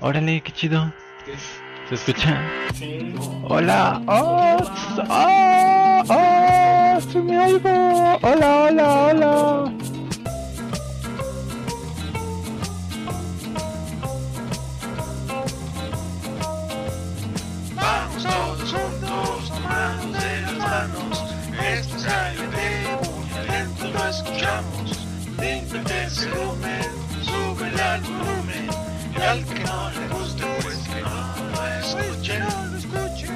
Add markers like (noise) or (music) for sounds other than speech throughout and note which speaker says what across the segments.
Speaker 1: Órale, qué chido.
Speaker 2: ¿Qué?
Speaker 1: Se escucha.
Speaker 2: Sí.
Speaker 1: Hola. Oh, s- oh, oh, se me oigo. Hola, hola, hola.
Speaker 3: Vamos todos juntos, tomados de las manos. Esto es ALT, muy atento lo escuchamos. Límpiate ese lumen, sube el volumen. Y al que no le guste, pues que no lo escuche. No lo escuche.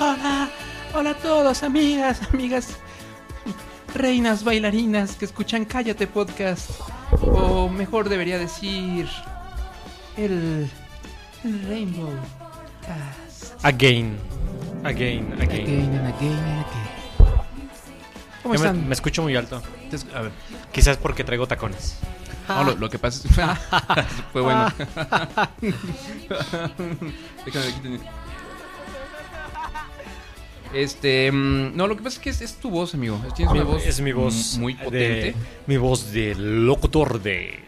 Speaker 4: Hola, hola a todos, amigas, amigas, reinas bailarinas que escuchan Cállate Podcast. O mejor debería decir. El. el Rainbow. Cast.
Speaker 5: Again. Again, again.
Speaker 4: Again and again and again. ¿Cómo
Speaker 5: Yo me,
Speaker 4: están?
Speaker 5: me escucho muy alto. A ver. Quizás porque traigo tacones.
Speaker 4: Ah.
Speaker 5: Ah,
Speaker 2: No, lo, lo que (laughs) pasa es. Fue bueno. Déjame aquí tener. Este. mm, No, lo que pasa es que es, es tu voz, amigo. Tienes
Speaker 5: Mi-
Speaker 2: una voz.
Speaker 5: es mi voz
Speaker 2: m- Muy
Speaker 5: de-
Speaker 2: potente.
Speaker 5: mi voz de locutor de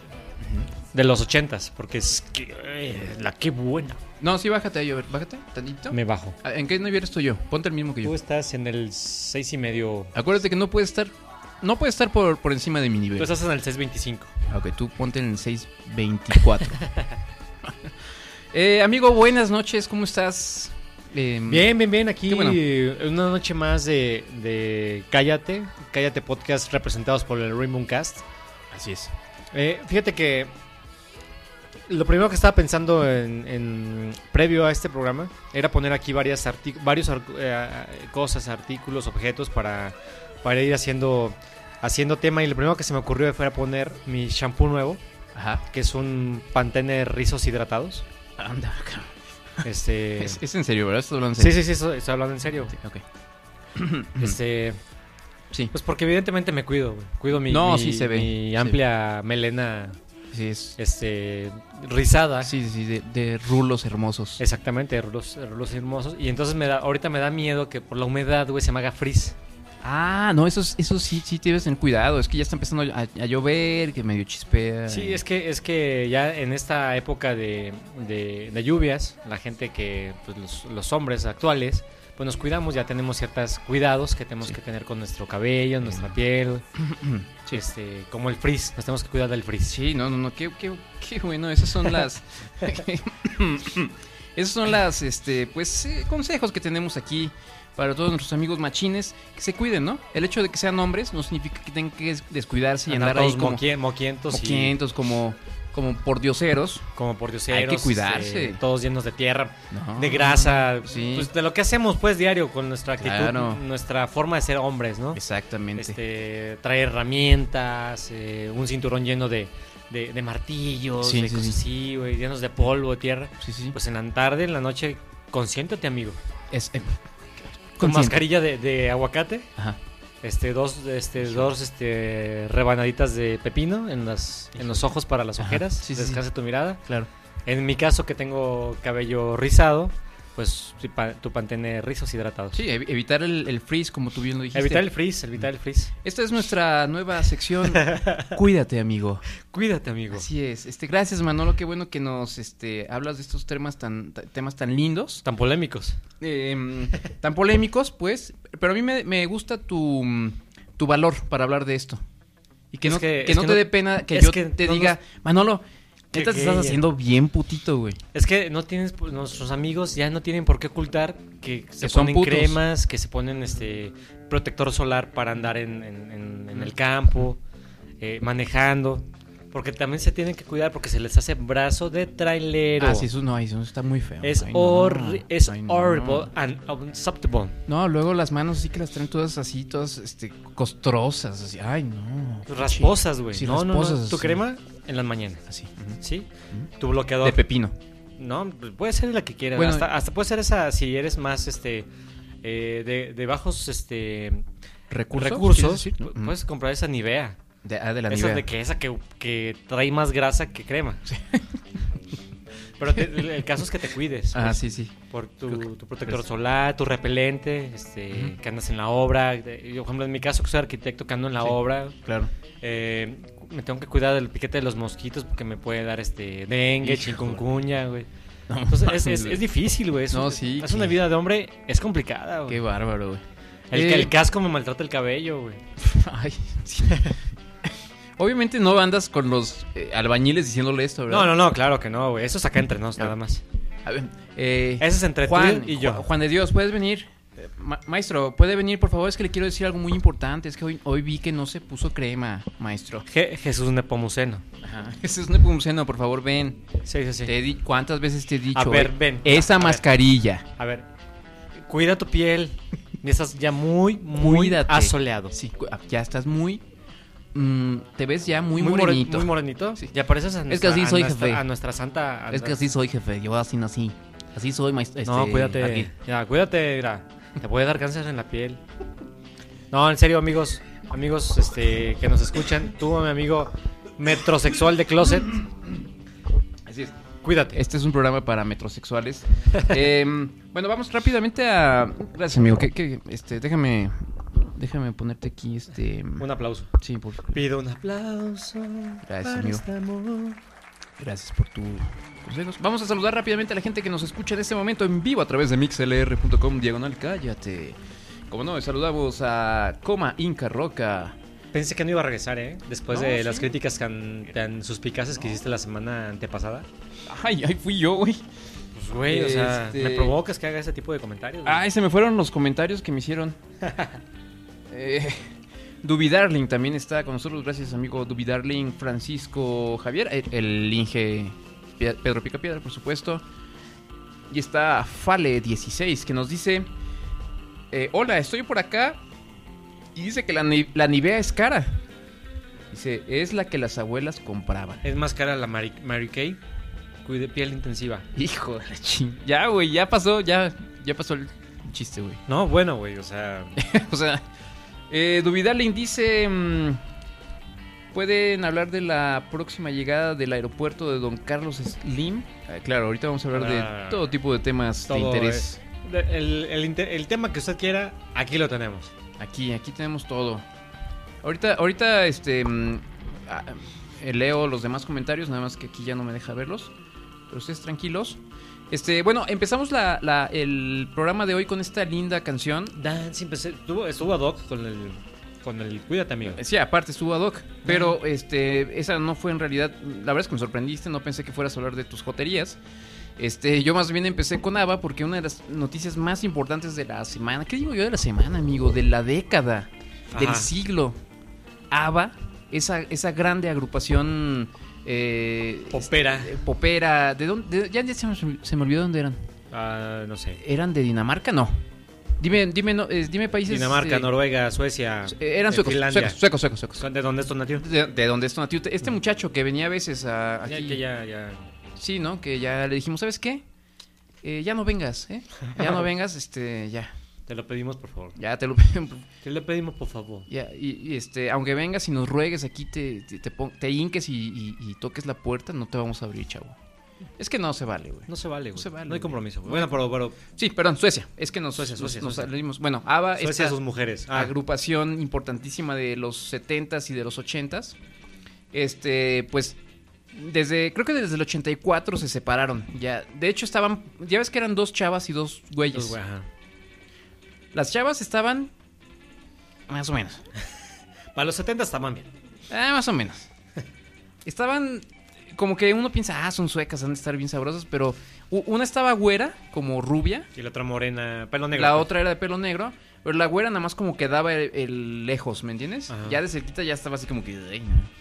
Speaker 5: de los ochentas, porque es que eh, la que buena.
Speaker 2: No, sí, bájate ahí, a ver. Bájate, tantito.
Speaker 5: Me Pues- bajo.
Speaker 2: Ah, ¿En qué nivel estoy yo? Ponte el mismo que yo.
Speaker 5: Tú estás en el seis y medio.
Speaker 2: Acuérdate que no puede estar. No puede estar por, por encima de mi nivel.
Speaker 5: Tú estás en el 625.
Speaker 2: Ah, Ok, tú ponte en el 624.
Speaker 5: (laughs)
Speaker 2: eh, amigo, buenas noches, ¿cómo estás? Eh,
Speaker 5: Bien, bien, bien. Aquí
Speaker 2: Qué bueno.
Speaker 5: eh, una noche más de, de Cállate, Cállate Podcast representados por el Rainbow Cast.
Speaker 2: Así es.
Speaker 5: Eh, fíjate que lo primero que estaba pensando en, en- previo a este programa era poner aquí varias arti- varios ar- eh, cosas, artículos, objetos para, para ir haciendo, haciendo tema. Y lo primero que se me ocurrió fue poner mi shampoo nuevo,
Speaker 2: Ajá.
Speaker 5: que es un Pantene rizos hidratados.
Speaker 2: Anda, cabrón. (laughs)
Speaker 5: Este,
Speaker 2: es, es en serio, ¿verdad? Estás hablando en
Speaker 5: sí,
Speaker 2: serio.
Speaker 5: sí, sí, estoy estoy hablando en serio.
Speaker 2: Ok.
Speaker 5: Este,
Speaker 2: Sí.
Speaker 5: Pues porque evidentemente me cuido, güey. cuido mi,
Speaker 2: No,
Speaker 5: mi-
Speaker 2: sí se ve,
Speaker 5: mi
Speaker 2: se
Speaker 5: amplia melena
Speaker 2: Sí, es-
Speaker 5: este, rizada.
Speaker 2: sí, sí, sí, de, de rulos hermosos.
Speaker 5: Exactamente, rulos, rulos hermosos. Y entonces me da, ahorita me da miedo que por la humedad, güey, se me haga frizz.
Speaker 2: Ah, no, eso, es- eso sí, sí, debes tener cuidado. Es que ya está empezando a, a llover, que medio chispea.
Speaker 5: Sí, es que, es que ya en esta época de, de- de lluvias, la gente que, pues los, los hombres actuales, pues nos cuidamos, ya tenemos ciertos cuidados que tenemos
Speaker 2: Sí. Mm.
Speaker 5: que tener con nuestro cabello, nuestra
Speaker 2: (clears throat)
Speaker 5: piel, este, como el frizz, nos tenemos que cuidar del frizz.
Speaker 2: Sí, no, no, no, qué, qué, qué bueno, esas son las... Esos son las, este, pues, eh, consejos que tenemos aquí para todos nuestros amigos machines, que se cuiden, ¿no? El hecho de que sean hombres no significa que tengan que des- descuidarse y andar, ahí
Speaker 5: todos
Speaker 2: como
Speaker 5: moquie- moquientos, y
Speaker 2: moquientos, como, como por dioseros.
Speaker 5: como por eh,
Speaker 2: Hay que cuidarse.
Speaker 5: todos llenos de tierra.
Speaker 2: No.
Speaker 5: de grasa,
Speaker 2: sí.
Speaker 5: pues, de lo que hacemos pues diario con nuestra actitud,
Speaker 2: Claro.
Speaker 5: nuestra forma de ser hombres, ¿no?
Speaker 2: Exactamente.
Speaker 5: Este, traer herramientas, eh, un cinturón lleno de, de- de martillos,
Speaker 2: Sí,
Speaker 5: de
Speaker 2: sí,
Speaker 5: cosas
Speaker 2: sí.
Speaker 5: así, güey, llenos de polvo, de tierra.
Speaker 2: Sí, sí.
Speaker 5: Pues en la tarde, en la noche, consiéntate, amigo.
Speaker 2: es, eh,
Speaker 5: Con
Speaker 2: consciente.
Speaker 5: mascarilla de, de aguacate,
Speaker 2: Ajá.
Speaker 5: este, dos, este, dos este, rebanaditas de pepino en, las, en los ojos para las
Speaker 2: Ajá.
Speaker 5: ojeras,
Speaker 2: Sí, sí, sí.
Speaker 5: descansa tu mirada.
Speaker 2: Claro.
Speaker 5: En mi caso, que tengo cabello rizado, pues tu, pa- tu pantene rizos hidratados.
Speaker 2: Sí, ev- evitar el, el freeze, como tú bien lo dijiste.
Speaker 5: Evitar el frizz, evitar el frizz.
Speaker 2: Esta es nuestra nueva
Speaker 5: (laughs)
Speaker 2: sección. Cuídate, amigo.
Speaker 5: Cuídate, amigo.
Speaker 2: Así es. Este, gracias, Manolo. Qué bueno que nos este, hablas de estos temas tan, ta- temas tan lindos,
Speaker 5: Tan polémicos.
Speaker 2: eh,
Speaker 5: (laughs)
Speaker 2: tan polémicos, pues. Pero a mí me, me gusta tu, mm, tu valor para hablar de esto. Y que
Speaker 5: Es
Speaker 2: no,
Speaker 5: que-
Speaker 2: que
Speaker 5: es
Speaker 2: no
Speaker 5: que
Speaker 2: te
Speaker 5: no-
Speaker 2: dé pena que
Speaker 5: es
Speaker 2: yo
Speaker 5: que
Speaker 2: te
Speaker 5: no
Speaker 2: diga, Manolo,
Speaker 5: Qué
Speaker 2: neta te estás
Speaker 5: gay,
Speaker 2: haciendo bien putito, güey.
Speaker 5: Es que no tienes, pues, nuestros amigos ya no tienen por qué ocultar que se
Speaker 2: son
Speaker 5: ponen
Speaker 2: putos.
Speaker 5: cremas, que se ponen este protector solar para andar en, en- en- en el campo, eh, manejando. Porque también se tienen que cuidar porque se les hace brazo de trailero.
Speaker 2: Ah, sí, eso no, eso está muy feo.
Speaker 5: Es,
Speaker 2: Ay, no.
Speaker 5: horri- es
Speaker 2: Ay, no.
Speaker 5: horrible and unacceptable.
Speaker 2: No, luego las manos sí que las traen todas así, todas este, costrosas. Así. Ay, no.
Speaker 5: Rasposas, güey.
Speaker 2: Sí,
Speaker 5: no, no, no,
Speaker 2: rasposas,
Speaker 5: Tu
Speaker 2: sí.
Speaker 5: crema en las mañanas.
Speaker 2: Así. ujú.
Speaker 5: ¿Sí? Tu bloqueador.
Speaker 2: De pepino.
Speaker 5: No, pues puede ser la que quieras.
Speaker 2: Bueno,
Speaker 5: hasta, hasta puede ser esa si eres más este eh, de, de bajos este
Speaker 2: Recursos.
Speaker 5: recursos.
Speaker 2: ¿quieres decir?
Speaker 5: pu-
Speaker 2: Ujú.
Speaker 5: Puedes comprar esa Nivea.
Speaker 2: De, ah, de la
Speaker 5: esa
Speaker 2: Nivea.
Speaker 5: de que esa que, que trae más grasa que crema. (laughs) Pero te- el, el caso es que te cuides.
Speaker 2: Ah,
Speaker 5: pues,
Speaker 2: sí, sí.
Speaker 5: Por
Speaker 2: Creo
Speaker 5: tu,
Speaker 2: que-
Speaker 5: tu protector solar, tu repelente, este,
Speaker 2: Ujú.
Speaker 5: que andas en la obra. De- Yo, por ejemplo, en mi caso, que soy arquitecto, que ando en la
Speaker 2: Sí.
Speaker 5: obra,
Speaker 2: Claro.
Speaker 5: eh, me tengo que cuidar del piquete de los mosquitos porque me puede dar este dengue,
Speaker 2: Híjole.
Speaker 5: chikungunya, güey.
Speaker 2: No
Speaker 5: Entonces es,
Speaker 2: mames,
Speaker 5: es-
Speaker 2: güey.
Speaker 5: es difícil, güey. Es,
Speaker 2: No,
Speaker 5: un-
Speaker 2: sí,
Speaker 5: es una
Speaker 2: sí.
Speaker 5: vida de hombre, es complicada, güey.
Speaker 2: Qué bárbaro, güey. (laughs)
Speaker 5: El,
Speaker 2: Eh,
Speaker 5: el casco me maltrata el cabello, güey.
Speaker 2: Ay, sí. (laughs) Obviamente no andas con los eh, albañiles diciéndole esto, ¿verdad?
Speaker 5: No, no, no, claro que no, güey. Eso es acá entre nos, nada más.
Speaker 2: A ver, eh,
Speaker 5: Eso es entre
Speaker 2: Juan,
Speaker 5: tú y yo.
Speaker 2: Ju- Juan de Dios, ¿puedes venir? Eh, ma- maestro, ¿puede venir? Por favor, es que le quiero decir algo muy importante. Es que hoy, hoy vi que no se puso crema, maestro.
Speaker 5: Je- Jesús Nepomuceno.
Speaker 2: Ajá. Ese es Nepomuceno, por favor, ven.
Speaker 5: Sí, sí, sí.
Speaker 2: Te he di- ¿Cuántas veces te he dicho?
Speaker 5: A ver,
Speaker 2: eh?
Speaker 5: ven.
Speaker 2: Esa
Speaker 5: A ver.
Speaker 2: mascarilla.
Speaker 5: A ver, cuida tu piel. Y estás ya muy, muy
Speaker 2: Cuídate.
Speaker 5: asoleado.
Speaker 2: Sí, cu- ah, ya estás muy... mm, te ves ya muy,
Speaker 5: more-
Speaker 2: morenito.
Speaker 5: Muy morenito.
Speaker 2: Sí.
Speaker 5: Ya pareces a nuestra,
Speaker 2: así
Speaker 5: a
Speaker 2: soy,
Speaker 5: nuestra-
Speaker 2: jefe.
Speaker 5: a nuestra santa. a
Speaker 2: es que
Speaker 5: nuestra-
Speaker 2: así soy, jefe. Yo así nací. Así soy, este, maestro.
Speaker 5: No, cuídate. Este, Ya, cuídate, mira. Te puede dar cáncer en la piel. No, en serio, amigos. Amigos este, que nos escuchan. Tú, mi amigo metrosexual de closet.
Speaker 2: Así es.
Speaker 5: Cuídate.
Speaker 2: Este es un programa para metrosexuales. (laughs) Em, bueno, vamos rápidamente a. Gracias, amigo. Que, que, este, déjame. Déjame ponerte aquí este.
Speaker 5: Un aplauso.
Speaker 2: Sí, por
Speaker 5: Pido un aplauso.
Speaker 2: Gracias,
Speaker 5: para
Speaker 2: amigo.
Speaker 5: este amor.
Speaker 2: Gracias por tus consejos. Vamos a saludar rápidamente a la gente que nos escucha en este momento en vivo a través de mixlr.com diagonal cállate. Como no, saludamos a Coma Inca Roca.
Speaker 5: Pensé que no iba a regresar, ¿eh? Después
Speaker 2: No,
Speaker 5: de
Speaker 2: sí.
Speaker 5: las críticas tan, tan suspicaces que hiciste la semana antepasada.
Speaker 2: Ay, ahí fui yo, güey.
Speaker 5: Pues, güey, o sea,
Speaker 2: Este-
Speaker 5: me provocas que haga ese tipo de comentarios. güey.
Speaker 2: Ay, se Ah, me fueron los comentarios que me hicieron. eh, Dubi Darling también está con nosotros. Gracias, amigo Dubi Darling, Francisco Javier, el, el Inge Pie- Pedro Picapiedra, por supuesto. Y está Fale16, que nos dice: eh, Hola, estoy por acá. Y dice que la, ni- la Nivea es cara. Dice: Es la que las abuelas compraban.
Speaker 5: (laughs) Es más cara la Mary, Mary Kay. Cuide piel intensiva.
Speaker 2: Hijo de la ching. Ya, güey, ya pasó, ya, ya pasó el chiste, güey.
Speaker 5: No, bueno, güey, o sea.
Speaker 2: (laughs) O sea, eh, Duvidalin dice: mm, ¿Pueden hablar de la próxima llegada del aeropuerto de Don Carlos Slim? Ah, claro, ahorita vamos a hablar
Speaker 5: Ah,
Speaker 2: de todo tipo de temas
Speaker 5: todo, eh,
Speaker 2: de interés.
Speaker 5: De- El, el inter- el tema que usted quiera, aquí lo tenemos.
Speaker 2: Aquí, aquí tenemos todo. Ahorita, ahorita este, mm, ah, eh, leo los demás comentarios, nada más que aquí ya no me deja verlos. Pero ustedes tranquilos. Este, bueno, empezamos la- la- el programa de hoy con esta linda canción.
Speaker 5: Dancing, pues, estuvo, estuvo ad hoc con el, con el Cuídate, amigo.
Speaker 2: Sí, aparte estuvo ad hoc. Pero este, esa no fue en realidad. La verdad es que me sorprendiste, no pensé que fueras a hablar de tus joterías. Este, yo más bien empecé con ABBA porque una de las noticias más importantes de la semana. ¿Qué digo yo de la semana, amigo? De la década, del
Speaker 5: Ajá.
Speaker 2: siglo. ABBA, esa, esa grande agrupación. eh,
Speaker 5: Popera.
Speaker 2: este, eh, popera. ¿De dónde? de- ya ya se, me, se me olvidó dónde eran.
Speaker 5: Ah, no sé.
Speaker 2: ¿Eran de Dinamarca? No. Dime, dime, no, eh, dime países.
Speaker 5: Dinamarca,
Speaker 2: eh,
Speaker 5: Noruega, Suecia.
Speaker 2: eh, Eran
Speaker 5: eh,
Speaker 2: suecos,
Speaker 5: Finlandia.
Speaker 2: suecos, suecos, suecos, suecos.
Speaker 5: ¿De dónde es tu nativo?
Speaker 2: de, de donde es Tonatiuh. Este muchacho que venía a veces a,
Speaker 5: Ya,
Speaker 2: aquí.
Speaker 5: que ya, ya.
Speaker 2: Sí, ¿no? Que ya le dijimos, ¿sabes qué? Eh, ya no vengas, ¿eh? Ya
Speaker 5: (laughs)
Speaker 2: no vengas, este, ya.
Speaker 5: Te lo pedimos, por favor.
Speaker 2: Ya te lo...
Speaker 5: Te lo pedimos, por favor.
Speaker 2: (laughs) ya, y, y, este, aunque vengas y nos ruegues aquí, te, te, te pon- te hinques y, y- y toques la puerta, no te vamos a abrir, chavo. Es que no se vale, güey.
Speaker 5: No se vale, güey. No,
Speaker 2: se vale,
Speaker 5: hay
Speaker 2: güey.
Speaker 5: compromiso, güey. Bueno, pero, pero
Speaker 2: Sí, perdón, Suecia. Es que nos,
Speaker 5: Suecia,
Speaker 2: nos-
Speaker 5: Suecia,
Speaker 2: nos
Speaker 5: Suecia.
Speaker 2: salimos... Bueno, ABBA
Speaker 5: Suecia,
Speaker 2: esta
Speaker 5: sus mujeres. Ah,
Speaker 2: agrupación importantísima de los 70s y de los 80s. Este, pues desde creo que desde el 84 se separaron. Ya, de hecho estaban, ya ves que eran dos chavas y dos güeyes.
Speaker 5: los güey, ajá.
Speaker 2: Las chavas estaban más o menos.
Speaker 5: Para los 70 estaban bien.
Speaker 2: Ah, más o menos. Estaban como que uno piensa, ah, son suecas, han de estar bien sabrosas, pero u- una estaba güera, como rubia,
Speaker 5: Y la otra morena, pelo negro.
Speaker 2: La
Speaker 5: pues.
Speaker 2: otra era de pelo negro, pero la güera nada más como que daba el, el lejos, ¿me entiendes?
Speaker 5: Ajá.
Speaker 2: Ya de cerquita ya estaba así como que... "Ay, no".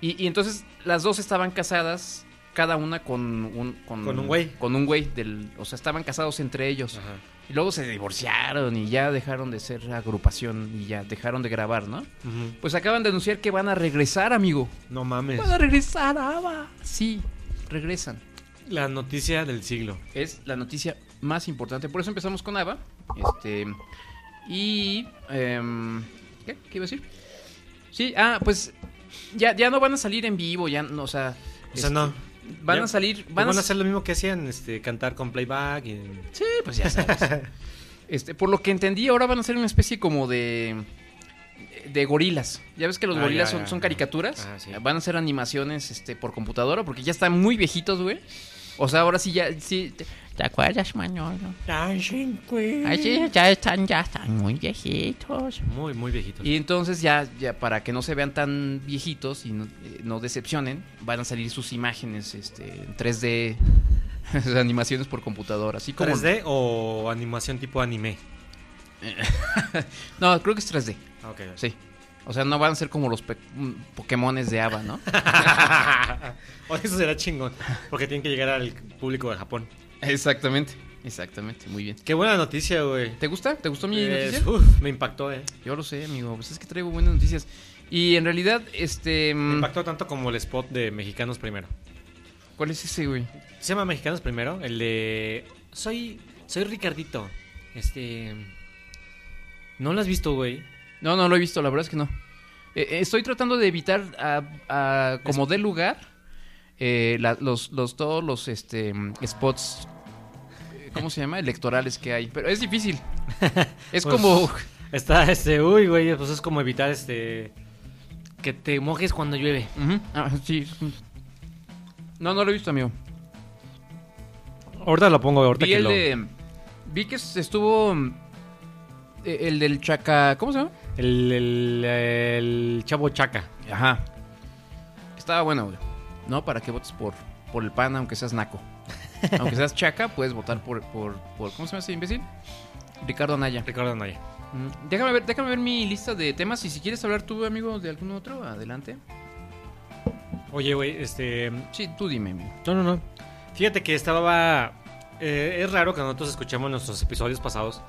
Speaker 2: Y, y entonces las dos estaban casadas, cada una con un, con,
Speaker 5: Con un güey.
Speaker 2: Con un güey. Del, o sea, estaban casados entre ellos.
Speaker 5: Ajá.
Speaker 2: Y luego se divorciaron y ya dejaron de ser agrupación y ya dejaron de grabar, ¿no? Pues acaban de anunciar que van a regresar, amigo.
Speaker 5: No mames.
Speaker 2: Van a regresar a ABBA. Sí, regresan.
Speaker 5: La noticia del siglo.
Speaker 2: Es la noticia más importante. Por eso empezamos con ABBA. Este. Y. em, ¿Qué? ¿Qué iba a decir? Sí, ah, pues. Ya, ya no van a salir en vivo, ya no, o sea.
Speaker 5: O sea,
Speaker 2: este,
Speaker 5: no.
Speaker 2: Van
Speaker 5: Ya-
Speaker 2: a salir.
Speaker 5: Van,
Speaker 2: Van a,
Speaker 5: hacer lo mismo que hacían, este, cantar con playback. y-
Speaker 2: Sí, pues ya
Speaker 5: (laughs)
Speaker 2: sabes. este, por lo que entendí, ahora van a ser una especie como de. De gorilas. Ya ves que los
Speaker 5: Ah,
Speaker 2: gorilas
Speaker 5: ya,
Speaker 2: son,
Speaker 5: ya,
Speaker 2: son
Speaker 5: ya.
Speaker 2: caricaturas.
Speaker 5: Ah, sí.
Speaker 2: Van a ser animaciones este, por computadora porque ya están muy viejitos, güey. O sea, ahora sí ya. Sí, te-
Speaker 4: ¿Te acuerdas, Manolo? Así ya están, ya están muy viejitos.
Speaker 5: Muy, muy viejitos.
Speaker 2: Y entonces ya, ya para que no se vean tan viejitos y no, eh, no decepcionen, van a salir sus imágenes este, en (laughs) 3D, sus animaciones por computadora, así como...
Speaker 5: 3D o animación tipo anime.
Speaker 2: No, creo que es 3D,
Speaker 5: Ah, ok.
Speaker 2: sí. O sea, no van a ser como los pe- mm, Pokémones de Ava, ¿no?
Speaker 5: (laughs) O eso será chingón. Porque tienen que llegar al público de Japón.
Speaker 2: exactamente, exactamente, muy bien.
Speaker 5: Qué buena noticia, güey.
Speaker 2: ¿Te gusta? ¿Te gustó mi
Speaker 5: Es-
Speaker 2: noticia?
Speaker 5: uf, me impactó, eh.
Speaker 2: Yo lo sé, amigo, pues es que traigo buenas noticias. Y en realidad, este...
Speaker 5: Me
Speaker 2: mm,
Speaker 5: impactó tanto como el spot de Mexicanos Primero.
Speaker 2: ¿Cuál es ese, güey?
Speaker 5: ¿Se llama Mexicanos Primero? El de... Soy... Soy Ricardito. Este... ¿No lo has visto, güey?
Speaker 2: No, no lo he visto, la verdad es que no. Eh, eh, estoy tratando de evitar a, a- como dé lugar eh, la- los, los- todos los este, mm, spots, eh, ¿cómo se llama? Electorales que hay. Pero es
Speaker 5: (laughs)
Speaker 2: difícil. Es
Speaker 5: Pues-
Speaker 2: como...
Speaker 5: (laughs) Está, este... Uy, güey, pues es como evitar, este... Que te mojes cuando llueve.
Speaker 2: Ujú, ah, sí. No, no lo he visto, amigo.
Speaker 5: Ahorita lo pongo, ahorita
Speaker 2: Vi
Speaker 5: que
Speaker 2: el
Speaker 5: lo...
Speaker 2: de... Vi que estuvo... mm, eh, El del Chaca... ¿Cómo se llama?
Speaker 5: El, el, el chavo chaca.
Speaker 2: Ajá. Estaba bueno, güey. ¿No? Para que votes por, por el pan, aunque seas naco. aunque seas chaca, puedes votar por, por, por- ¿Cómo se llama ese imbécil? Ricardo Anaya.
Speaker 5: Ricardo Anaya.
Speaker 2: Mm, Déjame ver, déjame ver mi lista de temas. Y si quieres hablar tú, amigo, de algún otro, adelante.
Speaker 5: Oye, güey, este...
Speaker 2: Sí, tú dime, amigo.
Speaker 5: No, no, no. Fíjate que estaba... eh, es raro que nosotros escuchemos nuestros episodios pasados.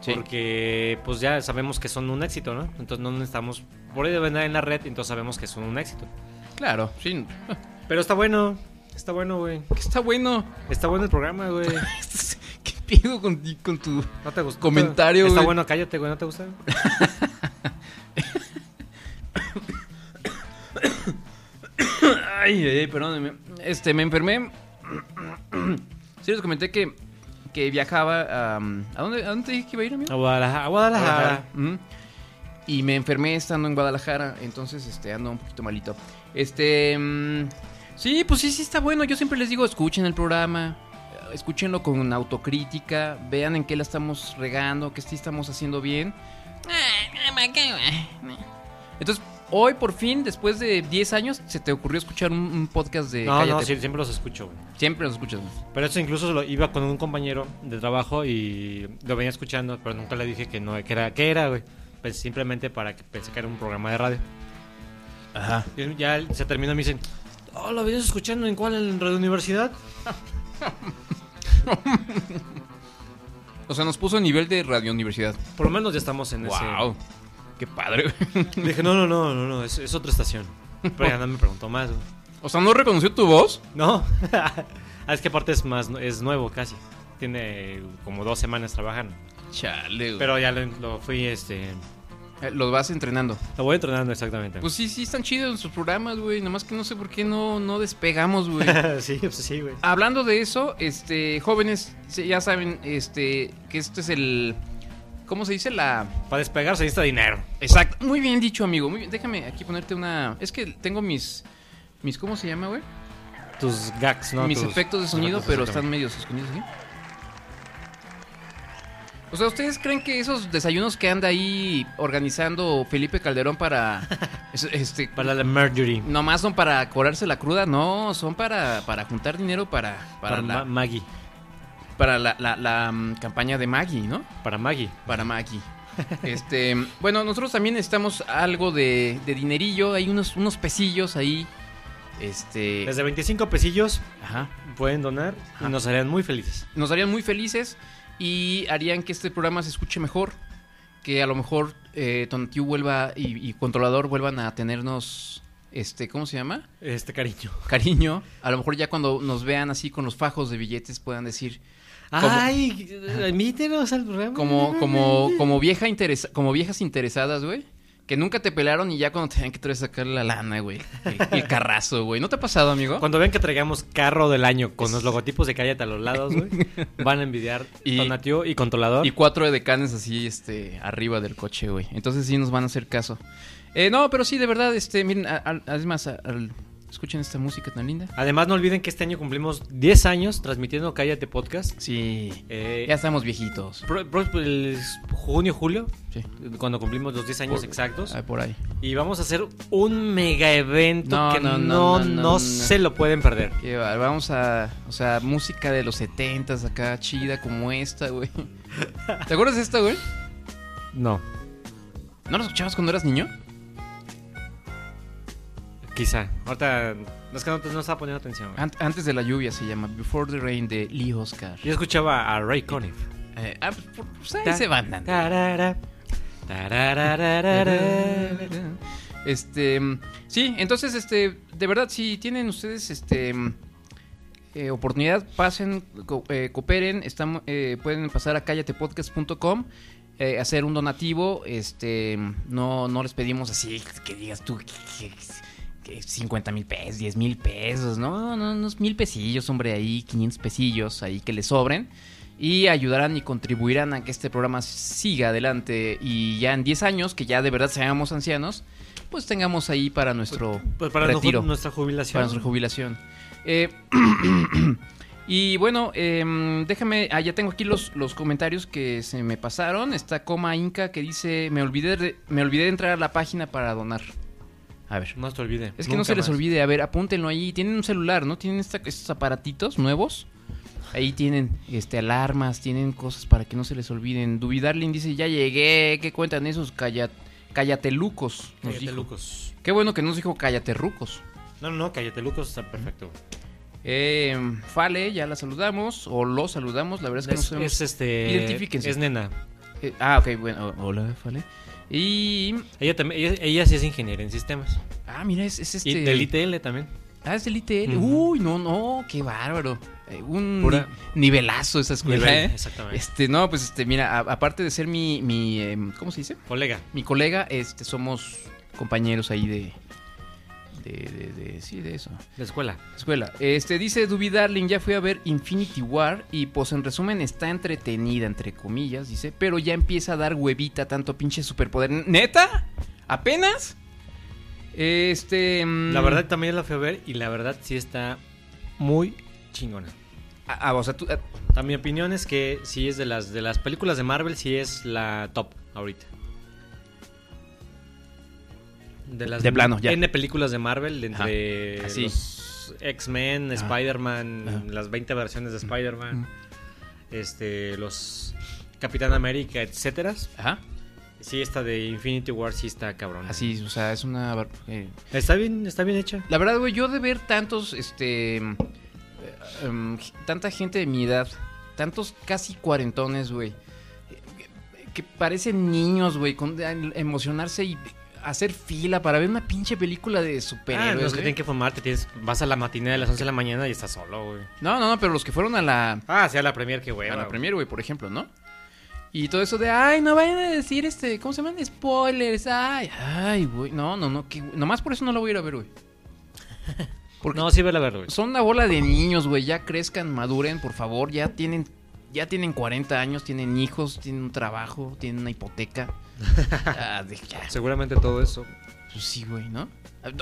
Speaker 2: Sí.
Speaker 5: Porque pues ya sabemos que son un éxito, ¿no? Entonces no necesitamos... Por ahí deben dar en la red, entonces sabemos que son un éxito.
Speaker 2: Claro, sí. (laughs)
Speaker 5: Pero está bueno. Está bueno, güey.
Speaker 2: Que está bueno. (laughs)
Speaker 5: Está bueno el programa, güey.
Speaker 2: ¿Qué pido con, ti- con tu...?
Speaker 5: ¿No te gustó?
Speaker 2: Comentario,
Speaker 5: Está
Speaker 2: güey.
Speaker 5: bueno, cállate, güey. ¿No te gusta?
Speaker 2: Ay, ay, ay, perdónenme. Este, me enfermé. (clears throat) Sí, les comenté que, que viajaba a... ¿A dónde, ¿A dónde te dije que iba a ir, amigo?
Speaker 5: A (laughs) Guadalajara. a Guadalajara.
Speaker 2: Ujú. Y me enfermé estando en Guadalajara, entonces este ando un poquito malito. Este mm, sí, pues sí sí está bueno. Yo siempre les digo, escuchen el programa, eh, escúchenlo con autocrítica, vean en qué la estamos regando, qué sí estamos haciendo bien. Entonces, hoy por fin, después de 10 años, se te ocurrió escuchar un, un podcast de
Speaker 5: No, no,
Speaker 2: Cállate.
Speaker 5: sí, siempre los escucho, güey.
Speaker 2: Siempre lo escuchas. güey.
Speaker 5: Pero eso incluso lo iba con un compañero de trabajo y lo venía escuchando, pero nunca le dije que no, que era, que era, güey. Pues simplemente para que pensé que era un programa de radio. Ajá. ya él- se terminó y me dicen, oh, ¿lo venías escuchando en cuál? ¿En Radio Universidad?
Speaker 2: O sea, nos puso a nivel de Radio Universidad.
Speaker 5: Por lo menos ya estamos en
Speaker 2: Wow. Qué padre. güey.
Speaker 5: ese. (laughs) Le dije, no, no, no, no, no, es, es otra (laughs) estación. Pero ya no me preguntó más, güey.
Speaker 2: O sea, ¿no reconoció tu voz?
Speaker 5: No. (laughs) Ah, es que aparte es más, es nuevo casi. Tiene como dos semanas trabajando.
Speaker 2: Chale, güey.
Speaker 5: Pero ya lo, lo fui, este...
Speaker 2: Eh, Los vas entrenando.
Speaker 5: Lo voy entrenando exactamente.
Speaker 2: Pues sí, sí, están chidos sus programas, güey. Nomás que no sé por qué no, no despegamos,
Speaker 5: (laughs)
Speaker 2: güey.
Speaker 5: (laughs) sí, pues sí, güey.
Speaker 2: Hablando de eso, este, jóvenes, se- ya saben, este, que este es el. ¿Cómo se dice? La.
Speaker 5: Para despegar se necesita dinero.
Speaker 2: Exacto. Muy bien dicho, amigo. Muy bien. Déjame aquí ponerte una. Es que tengo mis. mis ¿Cómo se llama, güey?
Speaker 5: Tus gags, ¿no?
Speaker 2: mis
Speaker 5: Tus-
Speaker 2: efectos de sonido,
Speaker 5: tus
Speaker 2: pero
Speaker 5: efectos,
Speaker 2: están medios escondidos aquí. O sea, ¿ustedes creen que esos desayunos que anda ahí organizando Felipe Calderón para. (laughs) es- este,
Speaker 5: Para la Mercury.
Speaker 2: Nomás son para cobrarse la cruda, no, son para, para juntar dinero para, para,
Speaker 5: Para, Ma-
Speaker 2: la,
Speaker 5: Maggie.
Speaker 2: para la, la- la, mm, campaña de Maggie, ¿no?
Speaker 5: Para Maggie. (laughs)
Speaker 2: Para Maggie. Este, bueno, nosotros también necesitamos algo de, de dinerillo. Hay unos, unos pesillos ahí. Este.
Speaker 5: Desde 25 pesillos
Speaker 2: Ajá.
Speaker 5: pueden donar
Speaker 2: Ajá.
Speaker 5: y nos harían muy felices.
Speaker 2: Nos harían muy felices y harían que este programa se escuche mejor. Que a lo mejor eh, Tontiu vuelva y, y Controlador vuelvan a tenernos. Este, ¿cómo se llama?
Speaker 5: Este cariño.
Speaker 2: Cariño. A lo mejor ya cuando nos vean así con los fajos de billetes puedan decir.
Speaker 5: Ay, admítenos al programa.
Speaker 2: Como, como, como vieja interesa, como viejas interesadas, güey. Que nunca te pelaron y ya cuando te ven que te vas a sacar la lana, güey. El, el carrazo, güey. ¿No te ha pasado, amigo?
Speaker 5: Cuando ven que traigamos carro del año con los logotipos de cállate a los lados,
Speaker 2: (laughs)
Speaker 5: güey, van a envidiar
Speaker 2: Y-
Speaker 5: Tonatio y Controlador.
Speaker 2: Y cuatro decanes así, este, arriba del coche, güey. Entonces sí nos van a hacer caso. Eh, no, pero sí, de verdad, este, miren, a- al- además, a- al- escuchen esta música tan linda.
Speaker 5: Además, no olviden que este año cumplimos 10 años transmitiendo Cállate Podcast.
Speaker 2: Sí,
Speaker 5: Eh,
Speaker 2: ya estamos viejitos.
Speaker 5: pro- pro- el junio, julio,
Speaker 2: Sí,
Speaker 5: cuando cumplimos los 10 años
Speaker 2: Por-
Speaker 5: exactos.
Speaker 2: ah, por ahí.
Speaker 5: Y vamos a hacer un mega evento
Speaker 2: No,
Speaker 5: que
Speaker 2: no, no,
Speaker 5: no,
Speaker 2: no, no, no.
Speaker 5: se lo pueden perder.
Speaker 2: Que va- vamos a, o sea, música de los setentas acá, chida como esta, güey. ¿Te acuerdas de esta, güey?
Speaker 5: No,
Speaker 2: ¿No la escuchabas cuando eras niño?
Speaker 5: quizá. Ahorita, no, es que no, te- no estaba poniendo atención. güey.
Speaker 2: Ant- antes de la lluvia se llama Before the Rain de Lee Oscar.
Speaker 5: Yo escuchaba a Ray Conniff.
Speaker 2: Eh, ah, pues, por- pues ahí se van dando.
Speaker 5: Tarara, tararararara.
Speaker 2: Este, mm, sí, entonces, este, de verdad, si tienen ustedes, este, mm, eh, oportunidad, pasen, co- eh, cooperen, están, eh, pueden pasar a callatepodcast.com, eh, hacer un donativo, este, mm, no, no les pedimos así que digas tú que, que- que 50 mil pesos, 10 mil pesos, no, no, unos mil pesillos, hombre, ahí, 500 pesillos, ahí que les sobren. Y ayudarán y contribuirán a que este programa siga adelante y ya en 10 años, que ya de verdad seamos ancianos, pues tengamos ahí para nuestro
Speaker 5: Pues para
Speaker 2: retiro.
Speaker 5: nuju- nuestra jubilación.
Speaker 2: Para nuestra jubilación. Eh, (clears throat) y bueno, em, déjame. Ah, ya tengo aquí los, los comentarios que se me pasaron. Está coma Inca que dice: me olvidé, de, me olvidé de entrar a la página para donar. A ver.
Speaker 5: No se te olvide.
Speaker 2: Es que no
Speaker 5: Nunca
Speaker 2: se les
Speaker 5: más.
Speaker 2: olvide. A ver, apúntenlo ahí. Tienen un celular, ¿no? Tienen esta- estos aparatitos nuevos. Ahí tienen este, alarmas, tienen cosas para que no se les olviden. Duby Darling dice: Ya llegué. ¿Qué cuentan esos calla- callatelucos? Nos
Speaker 5: Cállate
Speaker 2: dijo.
Speaker 5: Lucos.
Speaker 2: Qué bueno que nos dijo callaterrucos.
Speaker 5: No, no, no, Cállate Lucos está perfecto.
Speaker 2: Eh, Fale, ya la saludamos, o lo saludamos, la verdad es que no
Speaker 5: Es,
Speaker 2: sabemos.
Speaker 5: es, este.
Speaker 2: Identifíquense.
Speaker 5: Es nena.
Speaker 2: Eh, ah, ok, bueno, o- hola, Fale. Y.
Speaker 5: Ella, también, ella, ella sí es ingeniera en sistemas.
Speaker 2: Ah, mira, es, es este.
Speaker 5: Y del ITL también.
Speaker 2: Ah, es del ITL.
Speaker 5: Ujú.
Speaker 2: Uy, no, no, qué bárbaro. Eh, un
Speaker 5: Pura-
Speaker 2: ni- nivelazo esa escuela,
Speaker 5: Nivel,
Speaker 2: ¿eh?
Speaker 5: Exactamente.
Speaker 2: Este, no, pues este, mira, a- aparte de ser mi. mi em, ¿Cómo se dice?
Speaker 5: Colega.
Speaker 2: Mi colega, este, somos compañeros ahí de. De, de, de, sí, de eso.
Speaker 5: La escuela.
Speaker 2: Escuela. Este dice Duby Darling, ya fui a ver Infinity War y pues en resumen está entretenida, entre comillas, dice, pero ya empieza a dar huevita tanto pinche superpoder. ¿Neta? ¿Apenas? Este... mm,
Speaker 5: La verdad también la fui a ver y la verdad sí está muy chingona.
Speaker 2: Ah, ah, o sea, tú, ah,
Speaker 5: A mi opinión es que sí es de las de las películas de Marvel, sí es la top ahorita. De las
Speaker 2: De plano, ya.
Speaker 5: N películas de Marvel, de
Speaker 2: Ajá.
Speaker 5: entre
Speaker 2: Así.
Speaker 5: los X-Men,
Speaker 2: Ajá.
Speaker 5: Spider-Man,
Speaker 2: Ajá.
Speaker 5: las 20 versiones de Spider-Man,
Speaker 2: Mm.
Speaker 5: este, los Capitán América, etcétera.
Speaker 2: ajá.
Speaker 5: Sí, esta de Infinity War sí está cabrón.
Speaker 2: Así, o sea, es una... bar- eh,
Speaker 5: Está bien, está bien hecha.
Speaker 2: La verdad, güey, yo de ver tantos, este... mm, eh, em, g- tanta gente de mi edad, tantos casi cuarentones, güey, eh, que- que parecen niños, güey, con de- al- emocionarse y hacer fila para ver una pinche película de
Speaker 5: ah,
Speaker 2: superhéroes.
Speaker 5: los que
Speaker 2: güey.
Speaker 5: tienen que fumarte, tienes, vas a la matinée de las 11 de la mañana y estás solo, güey.
Speaker 2: No, no, no, pero los que fueron a la,
Speaker 5: Ah, sí, a la premier, qué
Speaker 2: a
Speaker 5: hueva.
Speaker 2: la
Speaker 5: güey.
Speaker 2: premier, güey, por ejemplo, ¿no? Y todo eso de, ay, no vayan a decir este, ¿cómo se llaman? Spoilers, ay, ay, güey, no, no, no, que, nomás por eso no la voy a ir a ver, güey. Porque
Speaker 5: No, sí, vela, verlo, güey.
Speaker 2: Son una bola de niños, güey. Ya crezcan, maduren, por favor. Ya tienen, ya tienen 40 años, tienen hijos, tienen un trabajo, tienen una (laughs) hipoteca. Ah, de- ya.
Speaker 5: Seguramente todo eso.
Speaker 2: Pues sí, güey, ¿no?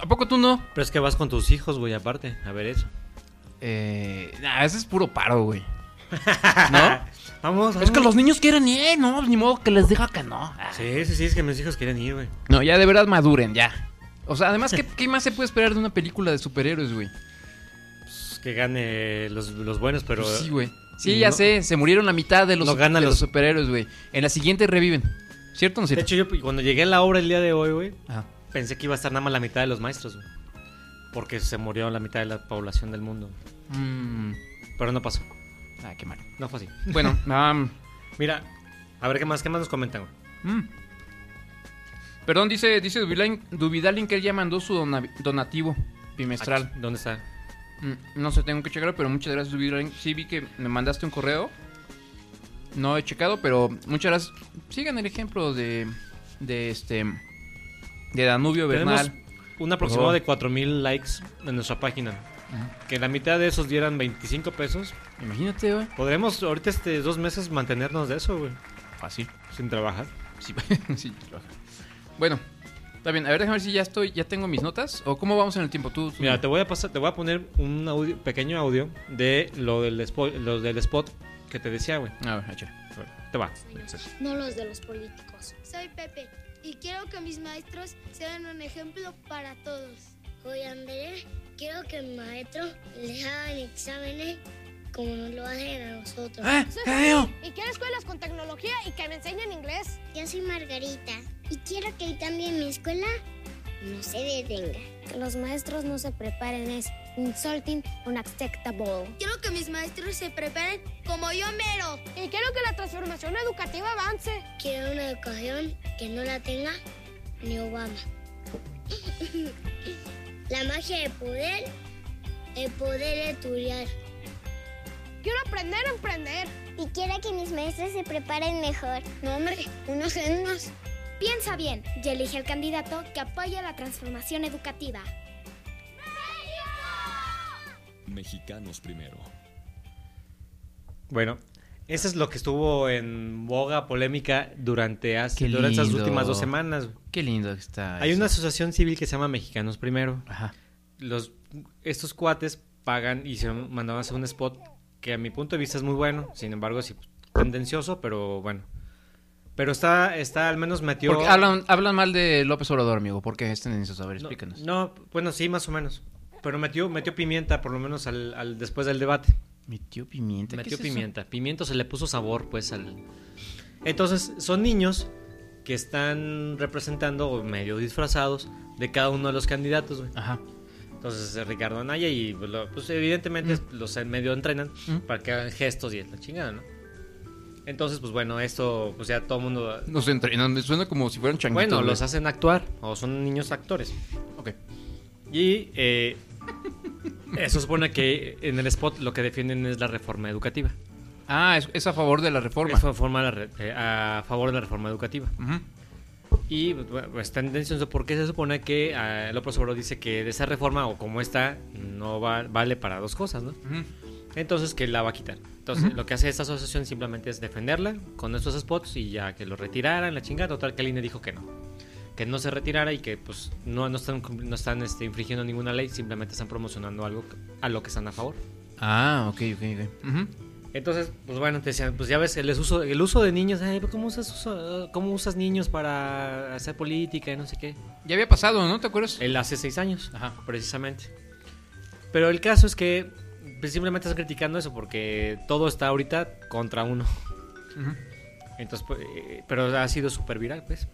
Speaker 2: ¿A poco tú no?
Speaker 5: Pero es que vas con tus hijos, güey, aparte. A ver eso.
Speaker 2: Eh, nah, ese es puro paro, güey. ¿No?
Speaker 5: Vamos,
Speaker 2: (laughs) es que los niños quieren ir, ¿no? Ni modo que les deja que no. Ah.
Speaker 5: Sí, sí, sí, es que mis hijos quieren ir, güey.
Speaker 2: No, ya de verdad maduren, ya. O sea, además, ¿qué, qué más se puede esperar de una película de superhéroes, güey?
Speaker 5: Pues que gane los, los buenos, pero...
Speaker 2: Pues sí, güey. Sí, ya
Speaker 5: no-
Speaker 2: sé, se murieron la mitad de los,
Speaker 5: No ganan
Speaker 2: de los
Speaker 5: los-
Speaker 2: superhéroes, güey. En la siguiente reviven. ¿Cierto o no
Speaker 5: De
Speaker 2: cierto?
Speaker 5: hecho, yo cuando llegué a la obra el día de hoy, güey,
Speaker 2: Ajá.
Speaker 5: pensé que iba a estar nada más la mitad de los maestros, güey. Porque se murió la mitad de la población del mundo.
Speaker 2: Mm,
Speaker 5: Pero no pasó.
Speaker 2: ah, qué mal.
Speaker 5: No fue así.
Speaker 2: Bueno, (laughs) ah, am,
Speaker 5: Mira, a ver qué más, qué más nos comentan, güey.
Speaker 2: mm. Perdón, dice, dice Dubidaling, Duvidalin que él ya mandó su dona- donativo bimestral.
Speaker 5: Aquí, ¿Dónde está?
Speaker 2: Mm, No sé, tengo que checarlo, pero muchas gracias, Dubidaling. Sí vi que me mandaste un correo. No he checado, pero muchas gracias. Sigan el ejemplo de, de este, de Danubio Bernal.
Speaker 5: Tenemos un aproximado
Speaker 2: favor.
Speaker 5: de 4000 likes en nuestra página. Que la mitad de esos dieran 25 pesos.
Speaker 2: Imagínate, güey.
Speaker 5: Podremos ahorita este dos meses mantenernos de eso, güey.
Speaker 2: Fácil.
Speaker 5: Sin trabajar.
Speaker 2: Sí, (laughs) sí, trabaja. Bueno, está bien. A ver, déjame ver si ya estoy, ya tengo mis notas. ¿O cómo vamos en el tiempo? Tú, tú-
Speaker 5: Mira, te voy a pasar, te voy a poner un audio, pequeño audio de lo del, spo- lo del spot que te decía, güey.
Speaker 2: A ver, échale.
Speaker 5: A ver, Te va.
Speaker 6: no los de los políticos.
Speaker 7: Soy Pepe y quiero que mis maestros sean un ejemplo para todos.
Speaker 6: Soy Andrés. Quiero que el maestro les hagan exámenes como nos lo hacen a nosotros.
Speaker 7: Y quiero escuelas con tecnología y que me enseñen inglés.
Speaker 6: Yo soy Margarita y quiero que también mi escuela no se detenga. Que los maestros no se preparen es insulting, unacceptable.
Speaker 7: Quiero que mis maestros se preparen como yo mero. Y quiero que la transformación educativa avance.
Speaker 6: Quiero una educación que no la tenga ni Obama. (laughs) La magia de poder, el poder estudiar.
Speaker 7: Quiero aprender a emprender.
Speaker 6: Y quiero que mis maestros se preparen mejor. No, hombre, unos genios.
Speaker 7: Piensa bien y elige al candidato que apoye la transformación educativa.
Speaker 8: Mexicanos primero.
Speaker 5: Bueno, eso es lo que estuvo en boga polémica durante, hace,
Speaker 2: Qué
Speaker 5: durante esas
Speaker 2: lindo.
Speaker 5: últimas dos semanas. güey.
Speaker 2: Qué lindo está.
Speaker 5: Hay
Speaker 2: eso.
Speaker 5: una asociación civil que se llama Mexicanos Primero.
Speaker 2: Ajá.
Speaker 5: los estos cuates pagan y se mandaban a hacer un spot que a mi punto de vista es muy bueno, sin embargo sí tendencioso, pero bueno. Pero está está al menos metió
Speaker 2: Porque hablan, hablan mal de López Obrador, amigo. ¿Por qué es tendencioso? A ver,
Speaker 5: no,
Speaker 2: explícanos.
Speaker 5: no, bueno, sí más o menos. Pero metió metió pimienta por lo menos al, al- después del debate.
Speaker 2: Metió pimienta. ¿qué
Speaker 5: Metió
Speaker 2: es eso?
Speaker 5: pimienta, pimiento se le puso sabor pues al Entonces, son niños que están representando o medio disfrazados de cada uno de los candidatos, güey.
Speaker 2: Ajá.
Speaker 5: Entonces eh, Ricardo Anaya y pues, lo- pues, evidentemente es- los en medio entrenan
Speaker 2: Mm.
Speaker 5: para que hagan gestos y es la chingada, ¿no? Entonces, pues bueno, esto, pues ya todo el mundo...
Speaker 2: Nos entrenan. me Suena como si fueran changuitos.
Speaker 5: Bueno,
Speaker 2: güey.
Speaker 5: los hacen actuar o son niños actores.
Speaker 2: Ok.
Speaker 5: Y eh, eso supone que en el spot lo que defienden es la reforma educativa.
Speaker 2: Ah, es, es a favor de la reforma.
Speaker 5: Es a forma de la re- eh, a favor de la reforma educativa.
Speaker 2: Ujú.
Speaker 5: Y bueno, pues, está en tensión porque se supone que eh, López Obrador dice que de esa reforma o como está no va- vale para dos cosas, ¿no?
Speaker 2: Ujú.
Speaker 5: Entonces que la va a quitar. Entonces lo que hace esta asociación simplemente es defenderla con estos spots y ya que lo retiraran, la chingada. Total que el INE dijo que no. Que no se retirara y que pues no, no están, cumpli- no están este, infringiendo ninguna ley, simplemente están promocionando algo que- a lo que están a favor.
Speaker 2: Ah, ok, ok, ok. Ujú.
Speaker 5: Entonces, pues bueno, te decían, pues ya ves, el uso, el uso de niños, ay, pero ¿cómo, usas, uso- cómo usas niños para hacer política y no sé qué?
Speaker 2: Ya había pasado, ¿no? ¿Te acuerdas?
Speaker 5: Él hace seis años,
Speaker 2: Ajá.
Speaker 5: precisamente. Pero el caso es que pues, simplemente están criticando eso porque todo está ahorita contra uno.
Speaker 2: Ujú.
Speaker 5: Entonces, pues, eh, pero ha sido súper viral, pues.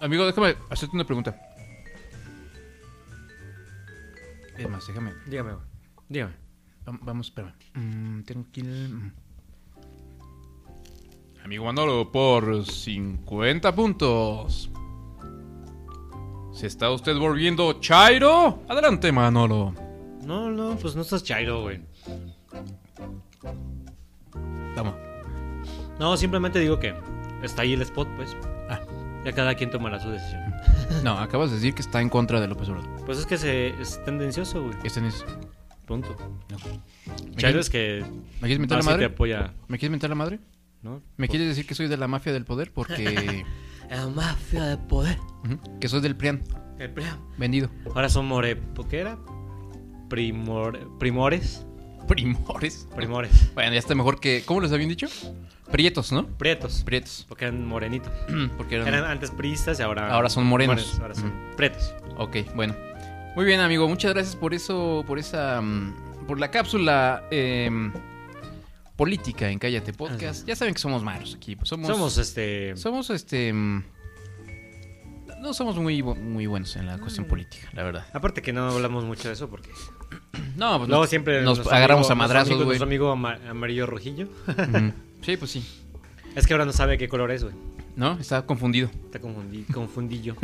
Speaker 2: Amigo, déjame hacerte una pregunta. Es más, déjame.
Speaker 5: Dígame, güey. dígame.
Speaker 2: Vam- Vamos, espérame. Mm, tranquilo. Mm. Amigo Manolo, por 50 puntos. ¿Se está usted volviendo Chairo? Adelante, Manolo.
Speaker 5: No, no, pues no estás chairo, güey.
Speaker 2: Vamos.
Speaker 5: No, simplemente digo que está ahí el spot, pues.
Speaker 2: Ah.
Speaker 5: Ya cada quien tomará su decisión.
Speaker 2: No, acabas de decir que está en contra de López Obrador.
Speaker 5: Pues es que se, es tendencioso, güey.
Speaker 2: Este no es.
Speaker 5: Punto.
Speaker 2: ¿Me
Speaker 5: Chairo
Speaker 2: quieres-
Speaker 5: es que
Speaker 2: ¿Me quieres mentar la
Speaker 5: más te
Speaker 2: madre?
Speaker 5: apoya, Oh.
Speaker 2: ¿Me quieres mentar la madre?
Speaker 5: ¿no?
Speaker 2: ¿Me quieres decir que soy de la mafia del poder? (laughs) Porque.
Speaker 5: La mafia de poder.
Speaker 2: Ujú, que soy del PRIAN.
Speaker 5: El plan.
Speaker 2: Vendido.
Speaker 5: Ahora son more... ¿Qué era? Primor, primores.
Speaker 2: Primores.
Speaker 5: Primores.
Speaker 2: Bueno, ya está mejor que. ¿Cómo les habían dicho? Prietos, ¿no?
Speaker 5: Prietos.
Speaker 2: Prietos. (clears throat)
Speaker 5: Porque eran morenitos.
Speaker 2: Porque eran.
Speaker 5: Eran antes priistas y ahora...
Speaker 2: Ahora son morenos.
Speaker 5: ahora son pretos.
Speaker 2: Ok, bueno. Muy bien, amigo. Muchas gracias por eso, por esa, mm, por la cápsula. em, política en Cállate Podcast. Ya saben que somos malos aquí. pues, somos,
Speaker 5: Somos este.
Speaker 2: somos, este. mm, No somos muy, bu- muy buenos en la
Speaker 5: Mm.
Speaker 2: cuestión política, la verdad.
Speaker 5: Aparte que no hablamos mucho de eso porque
Speaker 2: No, pues
Speaker 5: luego
Speaker 2: nos-
Speaker 5: siempre
Speaker 2: nos
Speaker 5: nuestro
Speaker 2: agarramos
Speaker 5: amigo-
Speaker 2: a madrazos,
Speaker 5: nuestro
Speaker 2: güey.
Speaker 5: amigo- Nuestro amigo ama- amarillo rojillo. (laughs)
Speaker 2: Ujú. Sí, pues sí.
Speaker 5: Es que ahora no sabe qué color es, güey.
Speaker 2: ¿No? Está confundido.
Speaker 5: Está confundi- confundillo.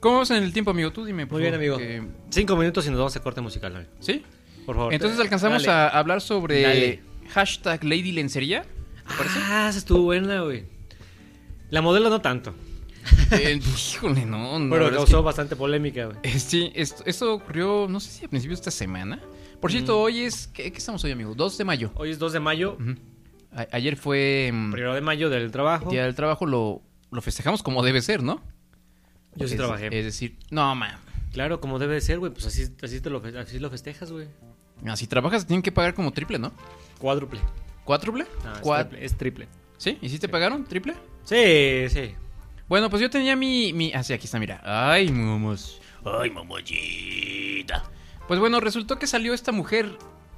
Speaker 2: ¿Cómo vamos en el tiempo, amigo? Tú dime. por
Speaker 5: Muy bien, amigo.
Speaker 2: favor, que-
Speaker 5: Cinco minutos y nos vamos a corte musical, amigo.
Speaker 2: ¿Sí?
Speaker 5: Por favor.
Speaker 2: Entonces alcanzamos
Speaker 5: Dale.
Speaker 2: a hablar sobre
Speaker 5: Dale.
Speaker 2: hashtag Lady Lencería.
Speaker 5: Ah, esa estuvo buena, güey. La modelo no tanto,
Speaker 2: Eh, híjole, no. no, la
Speaker 5: pero
Speaker 2: verdad es que-
Speaker 5: causó bastante polémica, güey.
Speaker 2: Eh, Sí, esto, esto ocurrió, no sé si a principios de esta semana. Por cierto,
Speaker 5: Mm.
Speaker 2: hoy es. ¿qué, qué estamos hoy, amigo? 2 de mayo.
Speaker 5: Hoy es 2 de mayo,
Speaker 2: Ujú. A- ayer fue. mm,
Speaker 5: primero de mayo del trabajo.
Speaker 2: día del trabajo, lo, lo festejamos como debe ser, ¿no?
Speaker 5: Yo sí
Speaker 2: Es-
Speaker 5: trabajé.
Speaker 2: Es decir, no, man.
Speaker 5: Claro, como debe de ser, güey, pues así, así, te lo, fe- así lo festejas, güey.
Speaker 2: no, Si trabajas, te tienen que pagar como triple, ¿no?
Speaker 5: Cuádruple.
Speaker 2: ¿Cuádruple?
Speaker 5: No, es
Speaker 2: Cuad-
Speaker 5: triple, es triple.
Speaker 2: ¿Sí? ¿Y si te pagaron triple?
Speaker 5: Sí, sí.
Speaker 2: Bueno, pues yo tenía mi. mi... Ah, sí, aquí está, mira. Ay, mamás. Ay, mamachita. Pues bueno, resultó que salió esta mujer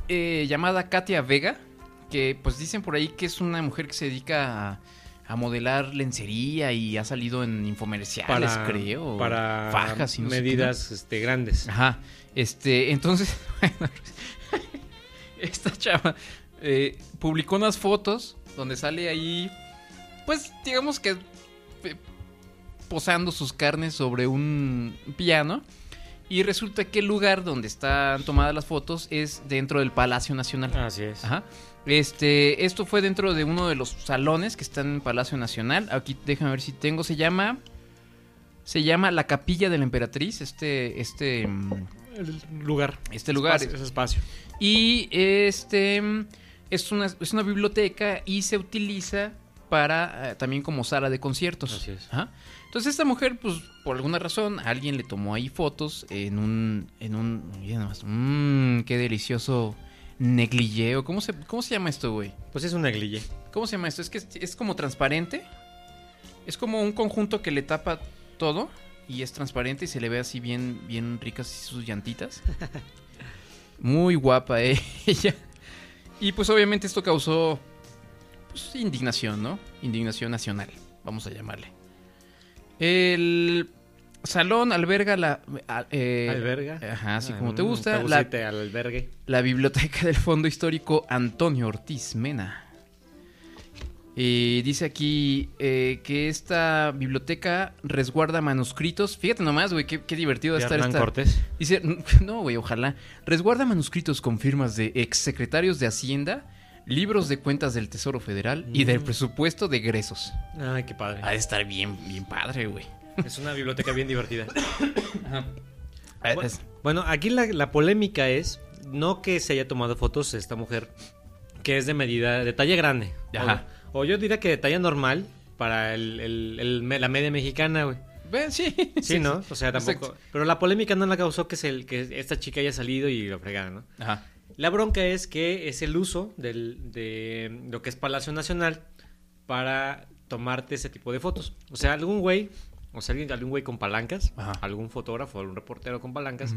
Speaker 2: eh, llamada Katia Vega. Que pues dicen por ahí que es una mujer que se dedica a, a modelar lencería y ha salido en infomerciales, creo.
Speaker 5: Para
Speaker 2: fajas y no sé qué, ¿no?
Speaker 5: medidas este, grandes.
Speaker 2: Ajá. Este, entonces, (laughs) bueno, esta chava eh, publicó unas fotos donde sale ahí, pues digamos que eh, posando sus carnes sobre un piano. Y resulta que el lugar donde están tomadas las fotos es dentro del Palacio Nacional.
Speaker 5: Así es.
Speaker 2: Ajá. Este, esto fue dentro de uno de los salones que están en Palacio Nacional. Aquí déjame ver si tengo. Se llama. Se llama La Capilla de la Emperatriz. Este. Este. mm,
Speaker 5: El lugar.
Speaker 2: Este lugar.
Speaker 5: Espacio, es espacio.
Speaker 2: Y este. mm, Es una, es una biblioteca y se utiliza para. eh, también como sala de conciertos.
Speaker 5: Así es.
Speaker 2: Ajá. Entonces esta mujer, pues, por alguna razón, alguien le tomó ahí fotos en un. en un. Mira nomás. Mmm, qué delicioso. Negligeo. ¿Cómo se, ¿Cómo se llama esto, güey?
Speaker 5: Pues es una glille.
Speaker 2: ¿Cómo se llama esto? Es que es, es como transparente. Es como un conjunto que le tapa todo y es transparente y se le ve así bien, bien ricas sus llantitas.
Speaker 5: (laughs)
Speaker 2: Muy guapa ¿eh? (laughs) ella. Y pues obviamente esto causó pues, indignación, ¿no? Indignación nacional, vamos a llamarle. El salón alberga la... a- eh,
Speaker 5: Alberga.
Speaker 2: Ajá, así como te
Speaker 5: Mm,
Speaker 2: gusta.
Speaker 5: te
Speaker 2: la-
Speaker 5: gusta al albergue.
Speaker 2: la biblioteca del Fondo Histórico Antonio Ortiz Mena. Y dice aquí eh, que esta biblioteca resguarda manuscritos. Fíjate nomás, güey, qué, qué divertido va a
Speaker 5: De
Speaker 2: estar
Speaker 5: Hernán
Speaker 2: esta.
Speaker 5: Cortés.
Speaker 2: Dice, (laughs) no, güey, ojalá. Resguarda manuscritos con firmas de exsecretarios de Hacienda, libros de cuentas del Tesoro Federal y
Speaker 5: Mm.
Speaker 2: del presupuesto de egresos.
Speaker 5: Ay, qué padre.
Speaker 2: Ha de estar bien, bien padre, güey.
Speaker 5: Es una biblioteca bien divertida.
Speaker 2: Ah,
Speaker 5: Bu-
Speaker 2: es-
Speaker 5: Bueno, aquí la, la polémica es no que se haya tomado fotos esta mujer, que es de medida, de talla grande.
Speaker 2: Ajá.
Speaker 5: O, o yo diría que de talla normal para el- el- el me- la media mexicana, güey.
Speaker 2: Bueno, sí.
Speaker 5: Sí, ¿no? O sea, tampoco.
Speaker 2: Exacto.
Speaker 5: Pero la polémica no la causó que, es el, que esta chica haya salido y lo fregara, ¿no?
Speaker 2: Ajá.
Speaker 5: La bronca es que es el uso del- de lo que es Palacio Nacional para tomarte ese tipo de fotos. O sea, algún güey, o sea, alguien, algún güey con palancas,
Speaker 2: Ajá.
Speaker 5: algún fotógrafo, algún reportero con palancas,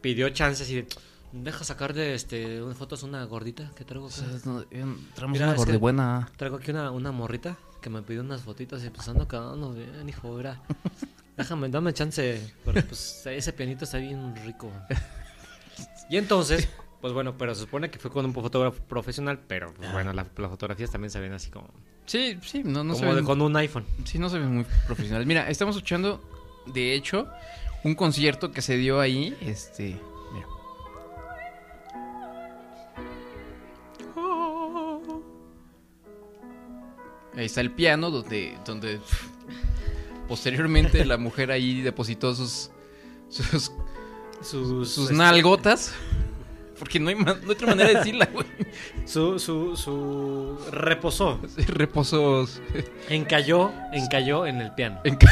Speaker 5: pidió chances y de, deja sacar de este, unas fotos una gordita que traigo
Speaker 2: O
Speaker 5: acá.
Speaker 2: sea, no, eh, traemos una
Speaker 5: Mira, es que-
Speaker 2: gordibuena.
Speaker 5: Traigo aquí una, una morrita que me pidió unas fotitas y pues ando quedando bien, hijo, mira. Déjame, dame chance, porque pues ese pianito está bien rico. Y entonces, pues bueno, pero se supone que fue con un fotógrafo profesional, pero pues, bueno, la- las fotografías también se ven así como,
Speaker 2: Sí, sí, no, no se
Speaker 5: como de-
Speaker 2: ven-
Speaker 5: con un iPhone.
Speaker 2: Sí, no se ven muy profesionales. Mira, estamos escuchando, de hecho, un concierto que se dio ahí. Este. Mira. Ahí está el piano donde. donde (laughs) pf, posteriormente la mujer ahí depositó sus. sus,
Speaker 5: Sus, este,
Speaker 2: sus nalgotas. Porque no hay, ma- no hay otra manera de decirla, güey.
Speaker 5: Su, su, su reposó,
Speaker 2: Reposos.
Speaker 5: encalló, encalló en el piano.
Speaker 2: Enca-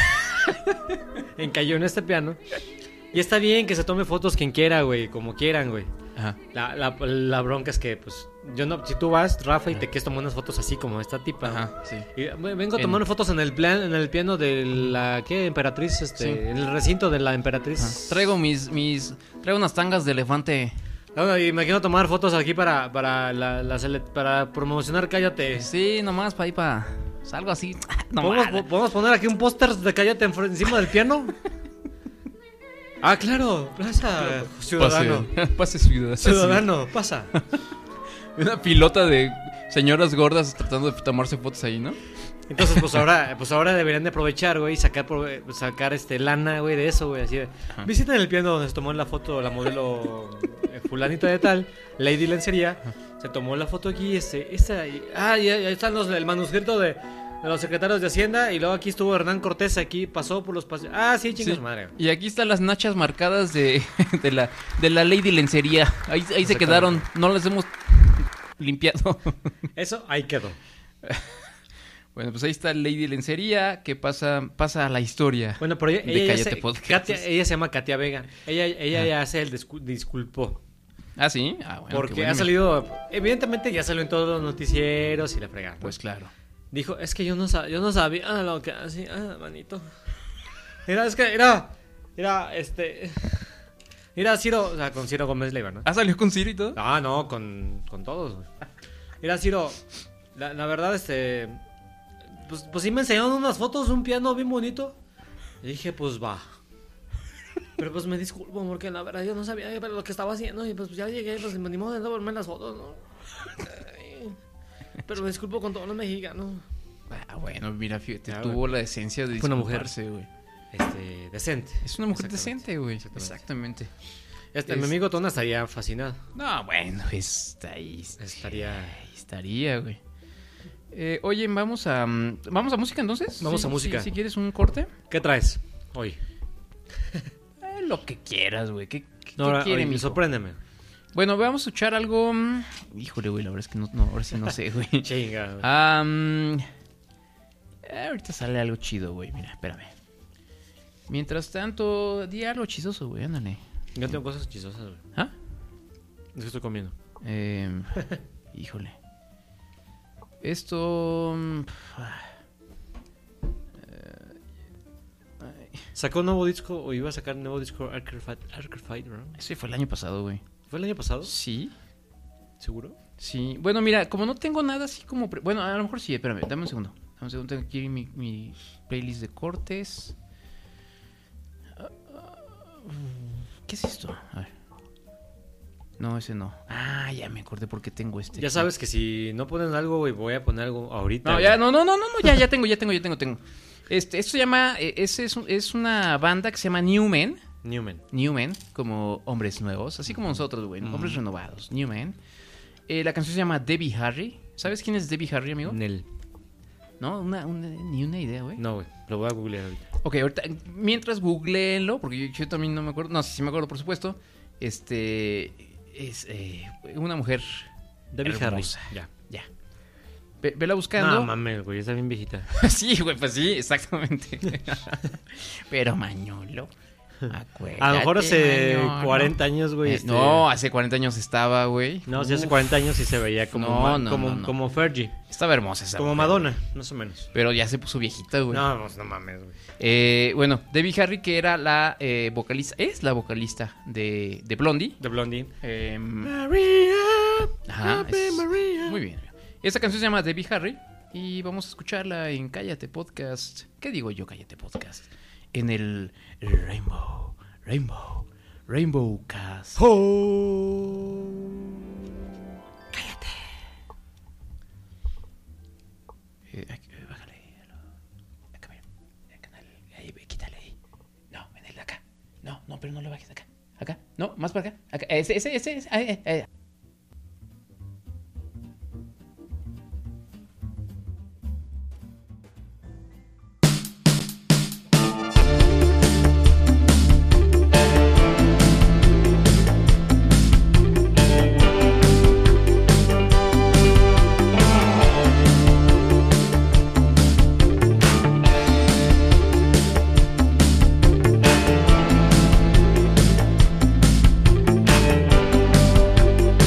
Speaker 5: (laughs) Encalló en este piano. Y está bien que se tome fotos quien quiera, güey, como quieran, güey.
Speaker 2: Ajá.
Speaker 5: La, la- la bronca es que, pues, yo no, si tú vas, Rafa, y te quieres tomar unas fotos así como esta tipa.
Speaker 2: Ajá, sí.
Speaker 5: Y eh, vengo a
Speaker 2: En-
Speaker 5: tomar fotos en el plan, en el piano de la ¿qué? emperatriz, este,
Speaker 2: Sí.
Speaker 5: en el recinto de la emperatriz.
Speaker 2: Traigo mis, mis. Traigo unas tangas de elefante.
Speaker 5: Ah, Bueno, imagino tomar fotos aquí para, para, la, la sele- para promocionar Cállate.
Speaker 2: Sí, nomás para ir para. Salgo así. (laughs)
Speaker 5: ¿Podemos,
Speaker 2: nomás.
Speaker 5: po- podemos poner aquí un póster de Cállate enfre- encima del piano?
Speaker 2: (laughs)
Speaker 5: ah, claro, plaza, ciudadano.
Speaker 2: pues, Pase, (laughs) pase ciudadano.
Speaker 5: Ciudadano, pasa.
Speaker 2: Una pilota de señoras gordas tratando de tomarse fotos ahí, ¿no?
Speaker 5: Entonces, pues ahora, pues ahora deberían de aprovechar, güey, y sacar, prove- sacar este lana, güey, de eso, güey, así de. Visiten el piano donde se tomó la foto la modelo eh, fulanita de tal, Lady Lencería. Se tomó la foto aquí, este, esta, y- ah, y ahí ahí están los, el manuscrito de, de los secretarios de Hacienda, y luego aquí estuvo Hernán Cortés, aquí pasó por los paseos. Ah, sí, chingas
Speaker 2: Sí.
Speaker 5: madre.
Speaker 2: Y aquí están las nachas marcadas de, (laughs) de la, de la Lady Lencería. Ahí, ahí se quedaron. No las hemos limpiado. (laughs)
Speaker 5: Eso ahí quedó.
Speaker 2: Bueno, pues ahí está Lady Lencería que pasa, pasa a la historia.
Speaker 5: Bueno, pero ella,
Speaker 2: De
Speaker 5: ella, ya
Speaker 2: Cállate
Speaker 5: se,
Speaker 2: Podcast.
Speaker 5: Katia- ella se llama Katia Vega. Ella, ella ya hace el discu- disculpó.
Speaker 2: ah, sí. Ah, bueno,
Speaker 5: Porque
Speaker 2: qué bueno, mira.
Speaker 5: ha salido, evidentemente ya salió en todos los noticieros y la fregada.
Speaker 2: Pues claro.
Speaker 5: Dijo, es que yo no, sab- yo no sabía ah, lo que hacía, ah, manito. Mira, es que, mira, mira, este... Mira, Ciro, o sea, con Ciro Gómez Leiva, ¿no?
Speaker 2: ¿Ha salido con Ciro y todo?
Speaker 5: Ah, no, con, con todos, güey. Mira, Ciro, la, la verdad, este... Pues, pues sí me enseñaron unas fotos de un piano bien bonito. Y dije, pues va. Pero pues me disculpo, porque la verdad yo no sabía eh, lo que estaba haciendo. Y pues ya llegué, pues me animó de no verme las fotos, ¿no? Ay, Pero me disculpo con todos los mexicanos.
Speaker 2: Ah, bueno, mira, fíjate,
Speaker 5: Ya,
Speaker 2: tuvo la decencia de
Speaker 5: Ah, Fue una mujer.
Speaker 2: disculparse, güey.
Speaker 5: este, decente.
Speaker 2: Es una mujer
Speaker 5: Exactamente.
Speaker 2: decente, güey.
Speaker 5: Exactamente.
Speaker 2: Exactamente.
Speaker 5: Este,
Speaker 2: Es-
Speaker 5: Mi amigo Tona estaría fascinado.
Speaker 2: No, bueno, está ahí.
Speaker 5: Estaría.
Speaker 2: Ahí estaría, güey. Eh, oye, vamos a. mm, ¿Vamos a música entonces?
Speaker 5: Vamos
Speaker 2: Sí,
Speaker 5: a música.
Speaker 2: sí, Si quieres un corte,
Speaker 5: ¿Qué traes hoy?
Speaker 2: Eh, lo que quieras, güey. ¿Qué, qué-
Speaker 5: No,
Speaker 2: qué
Speaker 5: ahora-
Speaker 2: quiere,
Speaker 5: hoy,
Speaker 2: mijo?
Speaker 5: sorpréndeme.
Speaker 2: Bueno, vamos a escuchar algo. mm, Híjole, güey, la verdad es que no, no, ahora sí no sé,
Speaker 5: (laughs)
Speaker 2: güey.
Speaker 5: Chinga. güey.
Speaker 2: Ah, mm, eh, ahorita sale algo chido, güey. Mira, espérame. Mientras tanto, di algo chistoso, güey. Ándale.
Speaker 5: Yo tengo cosas hechizosas, güey.
Speaker 2: ¿Ah?
Speaker 5: Es que estoy comiendo. (laughs)
Speaker 2: Em, híjole. Esto. mm,
Speaker 5: Sacó un nuevo disco, o iba a sacar un nuevo disco Arcade Fight, Arcade Fight, ¿no?
Speaker 2: Ese fue el año pasado, güey.
Speaker 5: ¿Fue el año pasado?
Speaker 2: Sí.
Speaker 5: ¿Seguro?
Speaker 2: Sí, bueno, mira, como no tengo nada así como... pre- Bueno, a lo mejor sí, espérame, dame un segundo. Dame un segundo, tengo que ir mi, mi playlist de cortes. Ah, ah, ¿Qué es esto? A ver. No, ese no. Ah, ya me acordé porque tengo este.
Speaker 5: Ya
Speaker 2: aquí.
Speaker 5: sabes que si no ponen algo, güey, voy a poner algo ahorita.
Speaker 2: No, ya,
Speaker 5: güey.
Speaker 2: no, no, no, no, no, ya, ya tengo, ya tengo, ya tengo, tengo. Este, esto se llama, eh, ese es, un- es una banda que se llama Newman.
Speaker 5: Newman.
Speaker 2: Newman, como hombres nuevos, así como nosotros, güey, hombres renovados, Newman. Eh, la canción se llama Debbie Harry. ¿Sabes quién es Debbie Harry, amigo?
Speaker 5: Nel.
Speaker 2: No, una- una- ni una idea, güey.
Speaker 5: No, güey. Lo voy a googlear ahorita.
Speaker 2: Ok, ahorita, mientras googleenlo, porque yo, yo también no me acuerdo, no, sí me acuerdo, por supuesto. Este, es eh, una mujer
Speaker 5: Debbie
Speaker 2: hermosa.
Speaker 5: Harry. Ya.
Speaker 2: Ya. Ve- vela
Speaker 5: No
Speaker 2: buscando.
Speaker 5: mames, güey. Está bien viejita.
Speaker 2: (laughs) sí, güey, pues sí,
Speaker 5: (laughs)
Speaker 2: exactamente. Pero Mañolo, acuérdate.
Speaker 5: A lo mejor hace
Speaker 2: Mañolo.
Speaker 5: 40 años, güey.
Speaker 2: Eh,
Speaker 5: este-
Speaker 2: No, hace 40 años estaba, güey.
Speaker 5: No, si hace
Speaker 2: Uf,
Speaker 5: 40 años sí se veía como,
Speaker 2: No,
Speaker 5: ma-
Speaker 2: no,
Speaker 5: como,
Speaker 2: no, no.
Speaker 5: como Fergie,
Speaker 2: Estaba hermosa esa.
Speaker 5: como
Speaker 2: mujer.
Speaker 5: Madonna, más o menos.
Speaker 2: Pero ya se puso viejita, güey.
Speaker 5: No, pues, no mames, güey.
Speaker 2: Eh, bueno, Debbie Harry, que era la eh, vocalista, es la vocalista de, de Blondie.
Speaker 5: De Blondie.
Speaker 2: Em,
Speaker 5: María,
Speaker 2: ajá,
Speaker 5: Ave
Speaker 2: es-
Speaker 5: María.
Speaker 2: muy bien. Esta canción se llama Debbie Harry y vamos a escucharla en Cállate Podcast. ¿Qué digo yo, Cállate Podcast? En el Rainbow, Rainbow, Rainbow Cast. Eh, aquí, eh, bájale. a lo- Acá, mira. El canal. Ahí, ve, quítale ahí. No, en el de acá. No, no, pero no le bajes acá. Acá. No, más para acá. acá. Ese, ese, ese. ese. Ahí, eh, ahí, ahí.
Speaker 3: Debbie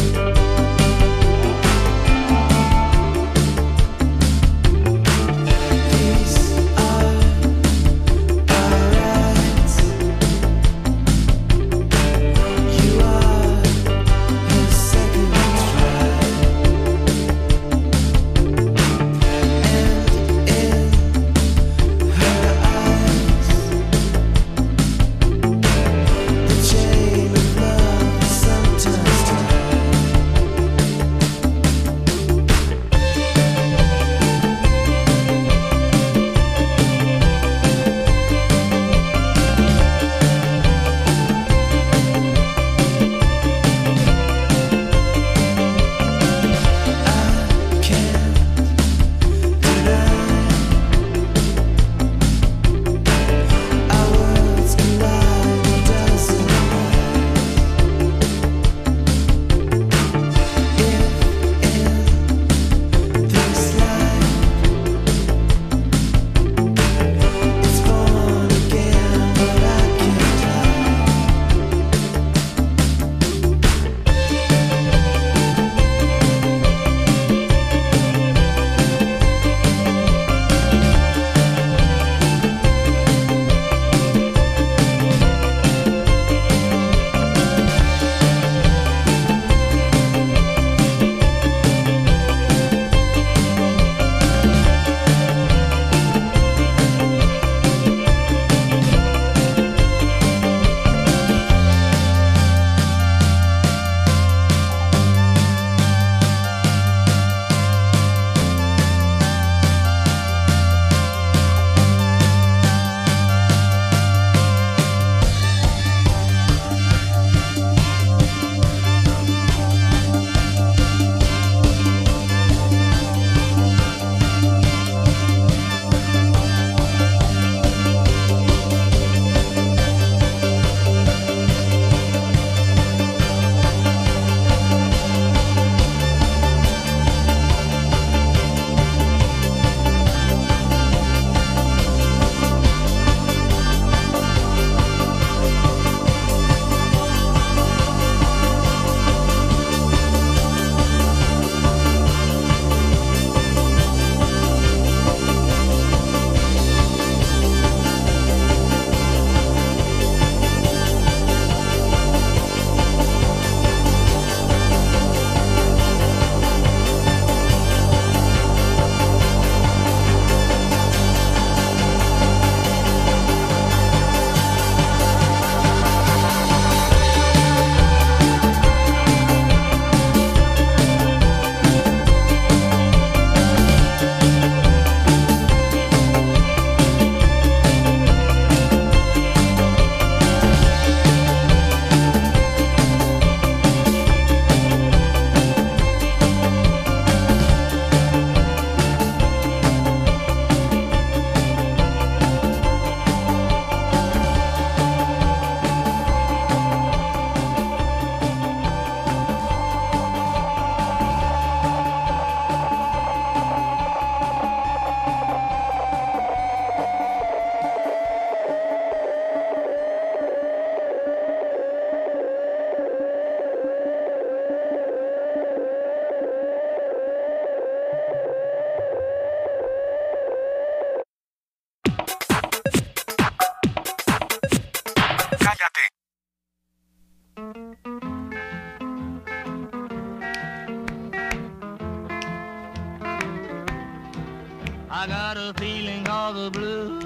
Speaker 9: I got a feeling of the blues.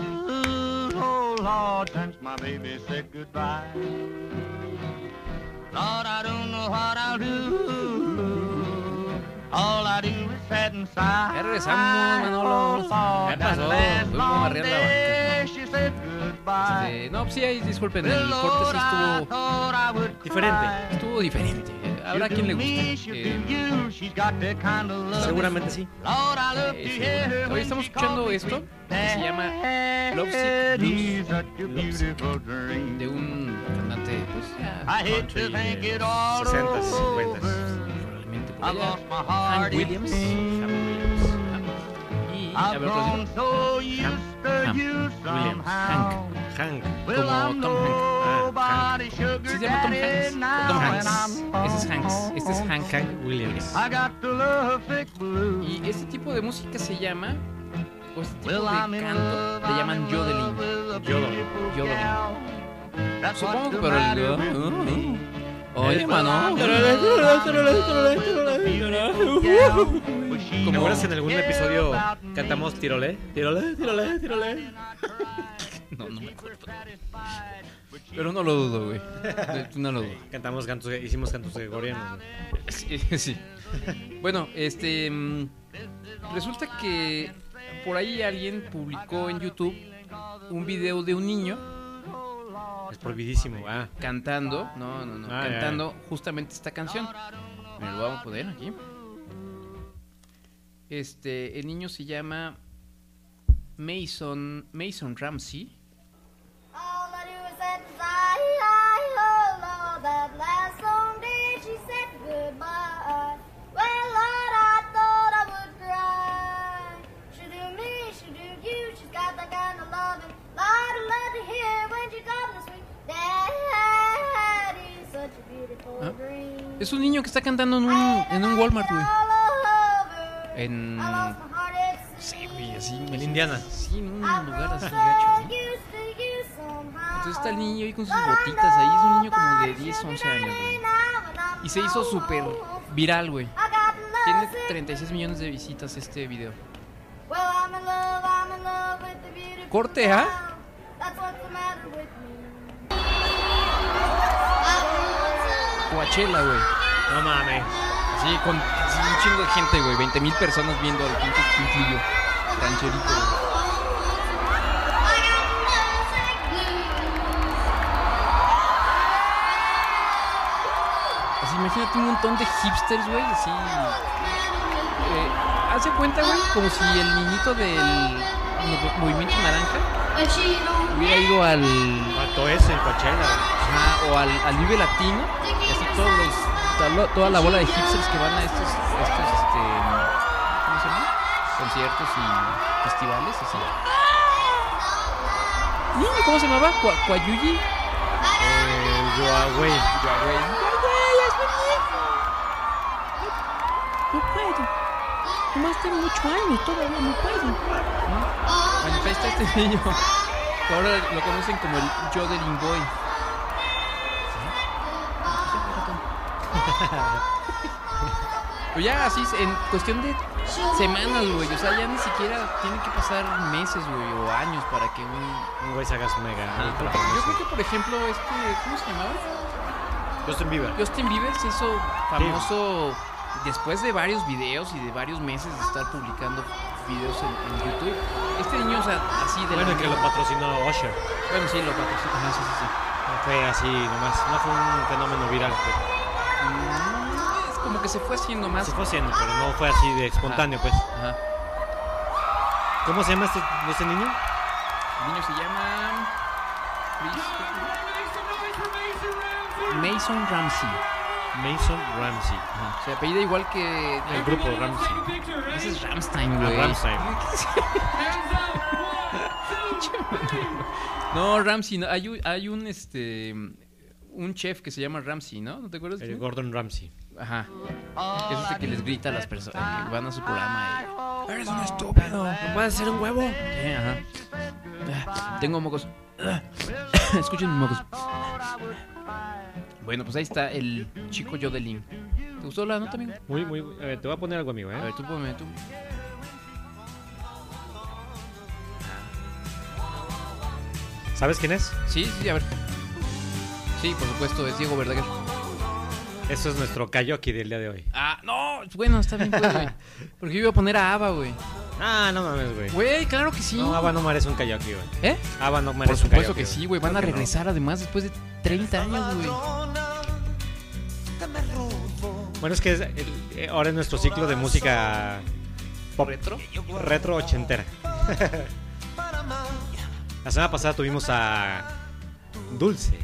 Speaker 9: Oh Lord, since my baby said goodbye. Lord, I don't know what I'll do. All I do is sit Oh, and sigh.
Speaker 2: Ya regresamos, Manolo. ¿Qué pasó? Voy a barrer la banca.
Speaker 9: Ah.
Speaker 2: Este, no, sí, ahí, disculpen, el corte sí estuvo
Speaker 5: Diferente.
Speaker 2: Estuvo diferente. Eh, Habrá quien le guste. Eh,
Speaker 5: Seguramente sí.
Speaker 2: este, hoy estamos escuchando esto que se llama Love Sick Blues de un cantante, pues ya, country de los
Speaker 5: 60, 50.
Speaker 2: probablemente por allá, Hank Williams. Hank Williams. Ah, Y a ver, otro disco, Hank Williams. Hank.
Speaker 5: Hank.
Speaker 2: Como Tom Hanks. ¿Sí se llama Tom Hanks? Tom Hanks. Ese es Hanks. Este es Hank.
Speaker 5: Hank Williams.
Speaker 2: Y este tipo de música se llama. O este tipo de canto le llaman yodeling.
Speaker 5: Yodeling.
Speaker 2: Yodeling. Supongo que para el. Oh, oh. Oye, mano.
Speaker 5: ¿Te acuerdas que en algún episodio cantamos tirolé? Tirolé, tirolé, tirolé.
Speaker 2: No, no me acuerdo. Pero no lo dudo, güey. No lo dudo.
Speaker 5: Cantamos cantos, hicimos cantos gregorianos.
Speaker 2: Sí, sí. Bueno, este. mm, Resulta que por ahí alguien publicó en YouTube un video de un niño
Speaker 5: Es prohibidísimo. Ah,
Speaker 2: cantando, no, no, no,
Speaker 5: Ah, ya,
Speaker 2: cantando justamente esta canción. Me lo vamos a poner aquí. Este, el niño se llama Mason, Mason Ramsey.
Speaker 6: oh,
Speaker 2: Ah. Es un niño que está cantando en un, en un Walmart, güey. En. No sé, güey, así.
Speaker 5: en Indiana.
Speaker 2: Sí, en un lugar así gacho. ¿no? Entonces está el niño ahí con sus botitas ahí. Es un niño como de 10, 11 años, güey. Y se hizo súper viral, güey. Tiene 36 millones de visitas este video. Corte, ¿ah? Coachella, güey.
Speaker 5: No mames.
Speaker 2: Sí, con sí, un chingo de gente, güey. 20 mil personas viendo al pinche pintillo rancherito. güey. Así, Pues imagínate un montón de hipsters, güey, así. Eh, hace cuenta, güey, como si el niñito del mov- movimiento naranja hubiera ido al
Speaker 5: Faltó ese en Coachella.
Speaker 2: Ajá, o al, al Vive Latino, y así todos los, toda, lo- toda la bola de hipsters que van a estos, estos este, ¿cómo se llama? Conciertos y festivales, así. Niño, ¿cómo se llamaba? Cua- Cuayuyi.
Speaker 5: Eh, yo, güey.
Speaker 4: No puedo. Nomás tengo ocho años, todavía no puedo.
Speaker 2: Bueno, pues ahí está este niño. que Ahora lo conocen como el Jodeling Boy. Pero ya así, en cuestión de semanas, güey. O sea, ya ni siquiera tienen que pasar meses, güey, o años para que un.
Speaker 5: Un güey se haga su mega.
Speaker 2: Yo creo
Speaker 5: ultra famoso.
Speaker 2: que, por ejemplo, este. ¿Cómo se llamaba?
Speaker 5: Justin Bieber.
Speaker 2: Justin Bieber se hizo famoso después de varios videos y de varios meses de estar publicando videos en, en YouTube. Este niño, o sea, así de la
Speaker 5: Bueno, que lo patrocinó Usher.
Speaker 2: Bueno, sí, lo patrocinó. Ajá, sí, sí, sí.
Speaker 5: No fue así nomás. No fue un fenómeno viral. pues.
Speaker 2: Mm, Es como que se fue haciendo más.
Speaker 5: Se fue haciendo, pero no fue así de espontáneo, pues.
Speaker 2: Ah, Ajá.
Speaker 5: ¿Cómo se llama este, este niño?
Speaker 2: El niño se llama. Chris, creo que- Mason Ramsey.
Speaker 5: Mason Ramsey.
Speaker 2: Ajá. Se apellida igual que.
Speaker 5: El grupo Ramsey.
Speaker 2: Ese es Ramstein,
Speaker 5: Ah,
Speaker 2: güey.
Speaker 5: Ramstein.
Speaker 2: No, Ramsey, no. Hay, un- hay un este. Un chef que se llama Ramsey, ¿no? ¿No te acuerdas?
Speaker 5: El
Speaker 2: quién?
Speaker 5: Gordon Ramsey.
Speaker 2: Ajá. Que es el que les grita a las personas que van a su programa. y, Eres un estúpido. No puedes ser un huevo. Sí, Eh, ajá. Ah, Tengo mocos. Ah, (coughs) Escuchen mis mocos. Bueno, pues ahí está el chico Yodelin. ¿Te gustó la nota, amigo?
Speaker 5: ¿eh? Muy, muy. A ver, te voy a poner algo, amigo,
Speaker 2: A
Speaker 5: ¿eh?
Speaker 2: ver, tú ponme tú.
Speaker 5: ¿Sabes quién es?
Speaker 2: Sí, sí, a ver. Sí, por supuesto, es Diego Verdaguer.
Speaker 5: Eso es nuestro kayoki del día de hoy.
Speaker 2: Ah, no, bueno, está bien, pues, güey. (laughs) Porque yo iba a poner a Ava, güey.
Speaker 5: Ah, no mames, güey.
Speaker 2: Güey, claro que sí.
Speaker 5: No, Ava no merece un kayoki, güey.
Speaker 2: ¿Eh?
Speaker 5: Ava no
Speaker 2: Por
Speaker 5: merece un
Speaker 2: supuesto
Speaker 5: karaoke,
Speaker 2: que sí, güey. Van a
Speaker 5: Claro que no.
Speaker 2: regresar además después de 30 años, güey.
Speaker 5: Bueno, es que es- eh, ahora es nuestro ciclo de música pop retro, retro ochentera. (laughs) La semana pasada tuvimos a Dulce.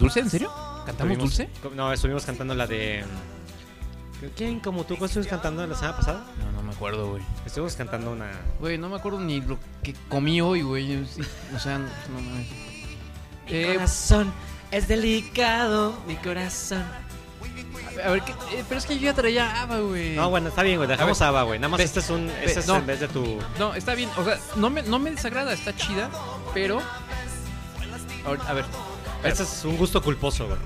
Speaker 2: ¿Dulce, en serio? ¿Cantamos
Speaker 5: Tuvimos-
Speaker 2: dulce?
Speaker 5: co- No, estuvimos cantando la de. mm, ¿Quién como tú? ¿Cuál estuvimos cantando la semana pasada?
Speaker 2: No, no me acuerdo, güey.
Speaker 5: Estuvimos cantando una.
Speaker 2: Güey, no me acuerdo ni lo que comí hoy, güey. Yo sí, O sea, no no mames. Eh,
Speaker 5: corazón es delicado, mi corazón.
Speaker 2: a ver, ¿qué? Eh, pero es que yo ya traía Ava, güey.
Speaker 5: No, bueno, está bien, güey. Dejamos a Ava, güey. Nada más
Speaker 2: Ve-
Speaker 5: este es un.
Speaker 2: ve-
Speaker 5: Este es
Speaker 2: no.
Speaker 5: en vez de tu.
Speaker 2: No, está bien, o sea, no me, no me desagrada, está chida, pero... A ver, a ver,
Speaker 5: Este es un gusto culposo, güey.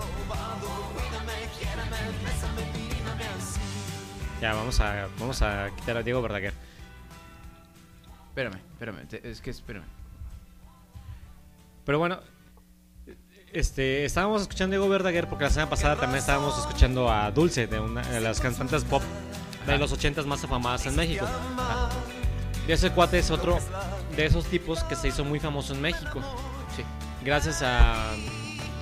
Speaker 5: Ya, vamos a, vamos a quitar a Diego Verdaguer.
Speaker 2: espérame, espérame, te- es que espérame.
Speaker 5: Pero bueno, este, estábamos escuchando a Diego Verdaguer porque la semana pasada también estábamos escuchando a Dulce, de una de las cantantes pop de los 80 más afamadas en México. Y ese cuate es otro de esos tipos que se hizo muy famoso en México.
Speaker 2: Sí.
Speaker 5: Gracias a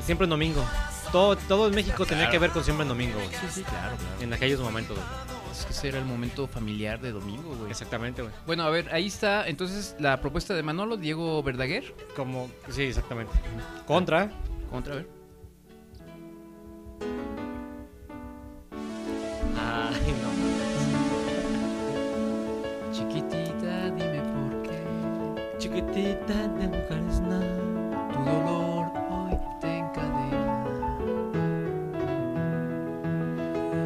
Speaker 5: Siempre en Domingo. Todo, todo en México tenía que ver con Siempre en Domingo, güey,
Speaker 2: Sí, sí, claro, claro.
Speaker 5: en aquellos momentos. güey.
Speaker 2: Es que ese era el momento familiar de domingo, güey.
Speaker 5: Exactamente, güey.
Speaker 2: Bueno, a ver, ahí está entonces la propuesta de Manolo, Diego Verdaguer.
Speaker 5: Como, sí, exactamente. Contra.
Speaker 2: Contra, a ver.
Speaker 5: Ay, no.
Speaker 2: Chiquitita, dime por qué
Speaker 5: Chiquitita de mujeres, no.
Speaker 2: tu dolor hoy te encadena.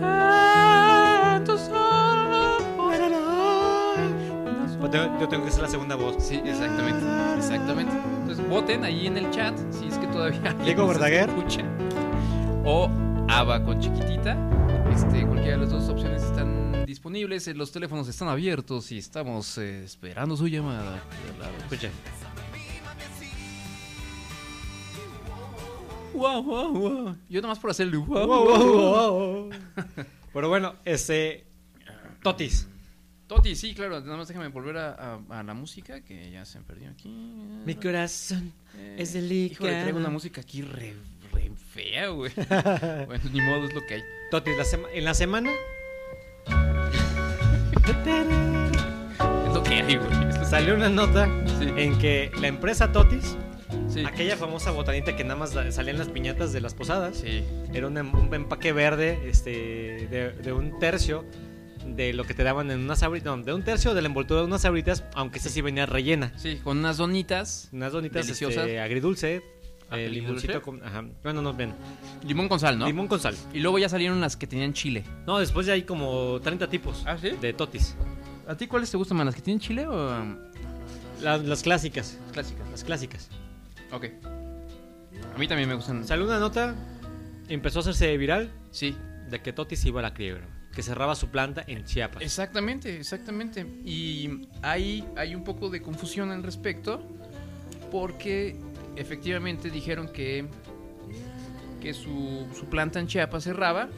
Speaker 2: Ah, tus ojos
Speaker 5: Pues tengo- yo tengo que hacer la segunda voz.
Speaker 2: Sí, exactamente, exactamente. Entonces voten ahí en el chat si es que todavía alguien
Speaker 5: Diego
Speaker 2: nos
Speaker 5: Verdaguer.
Speaker 2: escucha. O Ava con chiquitita. Este, cualquiera de las dos opciones están disponibles. eh, Los teléfonos están abiertos y estamos eh, esperando su llamada. Claro.
Speaker 5: Escuchen.
Speaker 2: Guau, guau, guau. Yo nomás por hacerle guau,
Speaker 5: Wow,
Speaker 2: guau,
Speaker 5: wow,
Speaker 2: guau.
Speaker 5: wow, wow. Pero bueno, este. Totis.
Speaker 2: Toti, sí, claro. Nada más déjame volver a, a- a la música que ya se perdió aquí.
Speaker 5: corazón
Speaker 2: Eh,
Speaker 5: es
Speaker 2: Híjole,
Speaker 5: delicado.
Speaker 2: traigo una música aquí re, re fea, güey. (laughs) bueno, ni modo, es lo que hay.
Speaker 5: Totis, la sema- en la semana.
Speaker 2: Es lo que hay, güey.
Speaker 5: Salió una nota
Speaker 2: Sí.
Speaker 5: en que la empresa Totis,
Speaker 2: Sí.
Speaker 5: aquella famosa botanita que nada más la- salía en las piñatas de las posadas,
Speaker 2: Sí.
Speaker 5: era un, em- un empaque verde este, de, de un tercio de lo que te daban en unas sabritas, de un tercio de la envoltura de unas sabritas, aunque esta sí venía rellena.
Speaker 2: Sí, con unas donitas,
Speaker 5: Unas donitas
Speaker 2: Deliciosas.
Speaker 5: este, agridulce, eh,
Speaker 2: Agridulce.
Speaker 5: limoncito con... Ajá. Bueno, no, ven.
Speaker 2: limón con sal, ¿no?
Speaker 5: Limón con sal.
Speaker 2: Y luego ya salieron las que tenían chile.
Speaker 5: No, después ya hay como 30 tipos
Speaker 2: ¿Ah, sí?
Speaker 5: de totis.
Speaker 2: ¿A ti cuáles te gustan más? ¿Las que tienen chile o um,
Speaker 5: Las, las clásicas.
Speaker 2: las clásicas?
Speaker 5: Las clásicas.
Speaker 2: Ok. A mí también me gustan.
Speaker 5: Salió una nota, empezó a hacerse viral
Speaker 2: Sí,
Speaker 5: de que Totis iba a la quiebra. Que cerraba su planta en Chiapas.
Speaker 2: exactamente, exactamente. Y hay, hay un poco de confusión al respecto porque efectivamente dijeron que, que su, su planta en Chiapas cerraba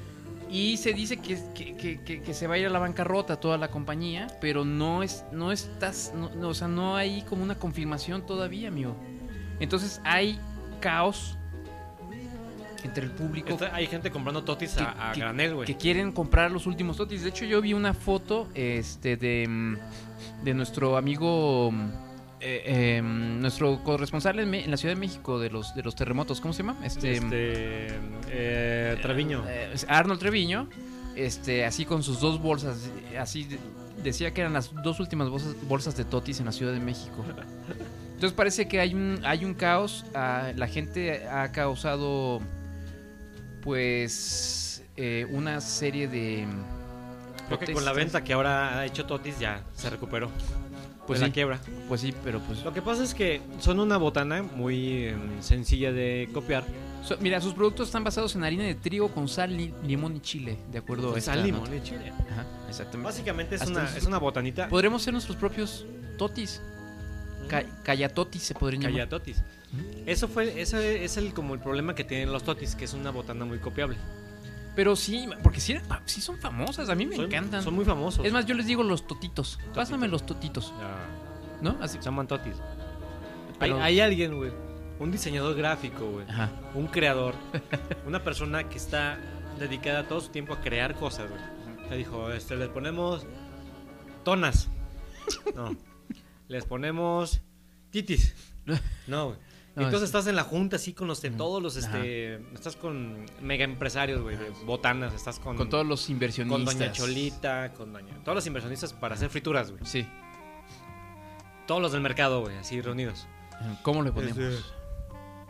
Speaker 2: y se dice que, que- que- que- que se va a ir a la bancarrota toda la compañía, pero no es no estás no, no, o sea, no hay como una confirmación todavía, amigo. Entonces hay caos entre el público
Speaker 5: Está- hay gente comprando Totis a, a granel, güey.
Speaker 2: que quieren comprar los últimos totis. De hecho, yo vi una foto este, de, mm, de nuestro amigo, mm, eh, em, nuestro corresponsal en, Me- en la Ciudad de México de los, de los terremotos. ¿Cómo se llama? Este,
Speaker 5: Este. eh, Treviño.
Speaker 2: eh, es Arnold Treviño, este, así con sus dos bolsas. eh, Así de- decía que eran las dos últimas bolsas, bolsas de totis en la Ciudad de México. Entonces parece que hay un, hay un caos. ah, la gente ha causado, pues, eh, una serie de. mm,
Speaker 5: Creo que con la
Speaker 2: protestas.
Speaker 5: venta que ahora ha hecho Totis ya se recuperó.
Speaker 2: Pues
Speaker 5: Pues
Speaker 2: sí.
Speaker 5: la quiebra.
Speaker 2: Pues sí, pero pues.
Speaker 5: Lo que pasa es que son una botana muy eh, sencilla de copiar.
Speaker 2: So- mira, sus productos están basados en harina de trigo con sal, li- limón y chile, de acuerdo. a
Speaker 5: Pues
Speaker 2: esta
Speaker 5: al limón
Speaker 2: nota.
Speaker 5: y chile.
Speaker 2: Ajá, exactamente.
Speaker 5: Básicamente es
Speaker 2: Hasta
Speaker 5: una,
Speaker 2: un-
Speaker 5: es una botanita.
Speaker 2: Podremos ser nuestros propios totis. Ca- Cayatotis se podría llamar.
Speaker 5: Callatotis. Eso fue, ese es el como el problema que tienen los totis, que es una botana muy copiable.
Speaker 2: Pero sí, porque sí, eran fa- sí son famosas, a mí me
Speaker 5: Son-
Speaker 2: encantan.
Speaker 5: Son muy famosos.
Speaker 2: Es más, yo les digo los totitos. Pásame los totitos,
Speaker 5: Ah,
Speaker 2: ¿no? Así.
Speaker 5: se llaman totis. Hay,
Speaker 2: Pero-
Speaker 5: hay alguien, güey, un diseñador gráfico, güey,
Speaker 2: Ajá.
Speaker 5: un creador, (laughs) una persona que está dedicada todo su tiempo a crear cosas, güey. Le dijo, este, les ponemos tonas.
Speaker 2: (laughs)
Speaker 5: No. Les ponemos titis. No, güey. Y
Speaker 2: (laughs) No,
Speaker 5: entonces
Speaker 2: sí.
Speaker 5: estás en la junta así con los de todos los este estás con mega empresarios, güey, de botanas, estás con
Speaker 2: Con todos los
Speaker 5: con
Speaker 2: inversionistas.
Speaker 5: doña Cholita, con doña todos los inversionistas para hacer frituras, güey.
Speaker 2: Sí.
Speaker 5: Todos los del mercado, güey, así reunidos.
Speaker 2: ¿Cómo le ponemos?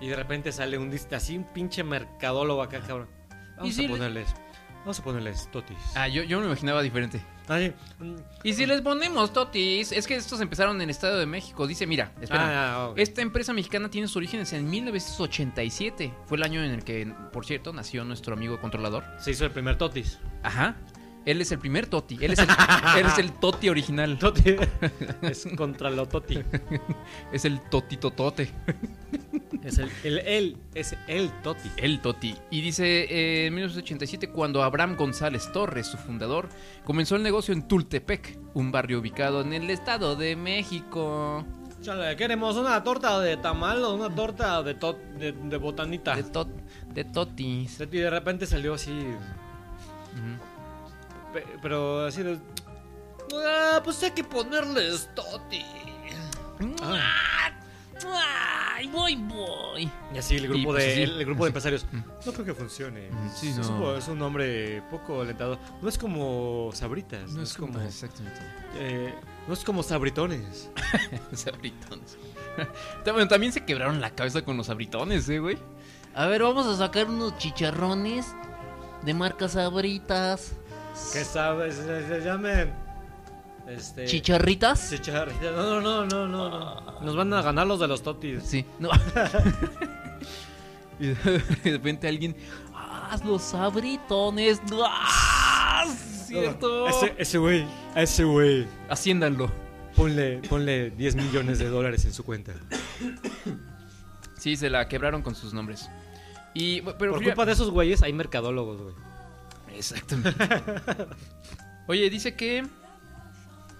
Speaker 5: Y de repente sale un dis- así un pinche mercadólogo acá, cabrón. Vamos
Speaker 2: si
Speaker 5: a
Speaker 2: Ah. le-
Speaker 5: ponerles. Vamos a ponerles totis.
Speaker 2: Ah, yo, yo me lo imaginaba diferente.
Speaker 5: Ay, mm,
Speaker 2: Y si les ponemos totis, es que estos empezaron en el Estado de México. Dice, mira, espera.
Speaker 5: ah, ok.
Speaker 2: Esta empresa mexicana tiene sus orígenes en 1987. Fue el año en el que, por cierto, nació nuestro amigo controlador.
Speaker 5: Se hizo el primer totis.
Speaker 2: Ajá. Él es el primer toti. Él es el, él es el toti original.
Speaker 5: Toti. (laughs) es contra lo toti.
Speaker 2: Es el totitotote.
Speaker 5: Es el, el, el- es el toti.
Speaker 2: El Toti. Y dice, eh, en 1987, cuando Abraham González Torres, su fundador, comenzó el negocio en Tultepec, un barrio ubicado en el Estado de México.
Speaker 5: Chale, queremos una torta de tamal o una torta de, tot- de, de botanita.
Speaker 2: De, tot, de Totis.
Speaker 5: Y de repente salió así.
Speaker 2: Ujú.
Speaker 5: pe- Pero así de. Ah, pues hay que ponerles toti.
Speaker 2: ¡Ay, voy, voy!
Speaker 5: Y así el grupo,
Speaker 2: Y, pues, Mm.
Speaker 5: de,
Speaker 2: así.
Speaker 5: el, el grupo de empresarios. No creo que funcione.
Speaker 2: Sí,
Speaker 5: es,
Speaker 2: no.
Speaker 5: un, es un nombre poco alentador. No es como sabritas. No, es como.
Speaker 2: Exactamente.
Speaker 5: eh, no es como sabritones.
Speaker 2: Sabritones. (laughs) Ta- bueno, también se quebraron la cabeza con los sabritones, ¿eh, güey?
Speaker 4: A ver, vamos a sacar unos chicharrones de marcas sabritas.
Speaker 5: Que sabes, se, se llamen. Este.
Speaker 4: ¿Chicharritas?
Speaker 5: Chicharrita. No, no, no, no,
Speaker 2: Ah.
Speaker 5: no. Nos van a ganar los de los totis.
Speaker 2: Sí.
Speaker 5: (laughs)
Speaker 2: No. y de repente alguien...
Speaker 4: ¡Ah, los sabritones! ¡Ah!
Speaker 2: ¡Cierto!
Speaker 5: Ese, ese güey, a ese güey.
Speaker 2: Haciéndanlo.
Speaker 5: Ponle, ponle 10 millones de dólares en su cuenta.
Speaker 2: Sí, se la quebraron con sus nombres. Y, bu- pero
Speaker 5: Por
Speaker 2: fría-
Speaker 5: culpa de esos güeyes hay mercadólogos, güey.
Speaker 2: Exactamente.
Speaker 5: (laughs)
Speaker 2: Oye, dice que...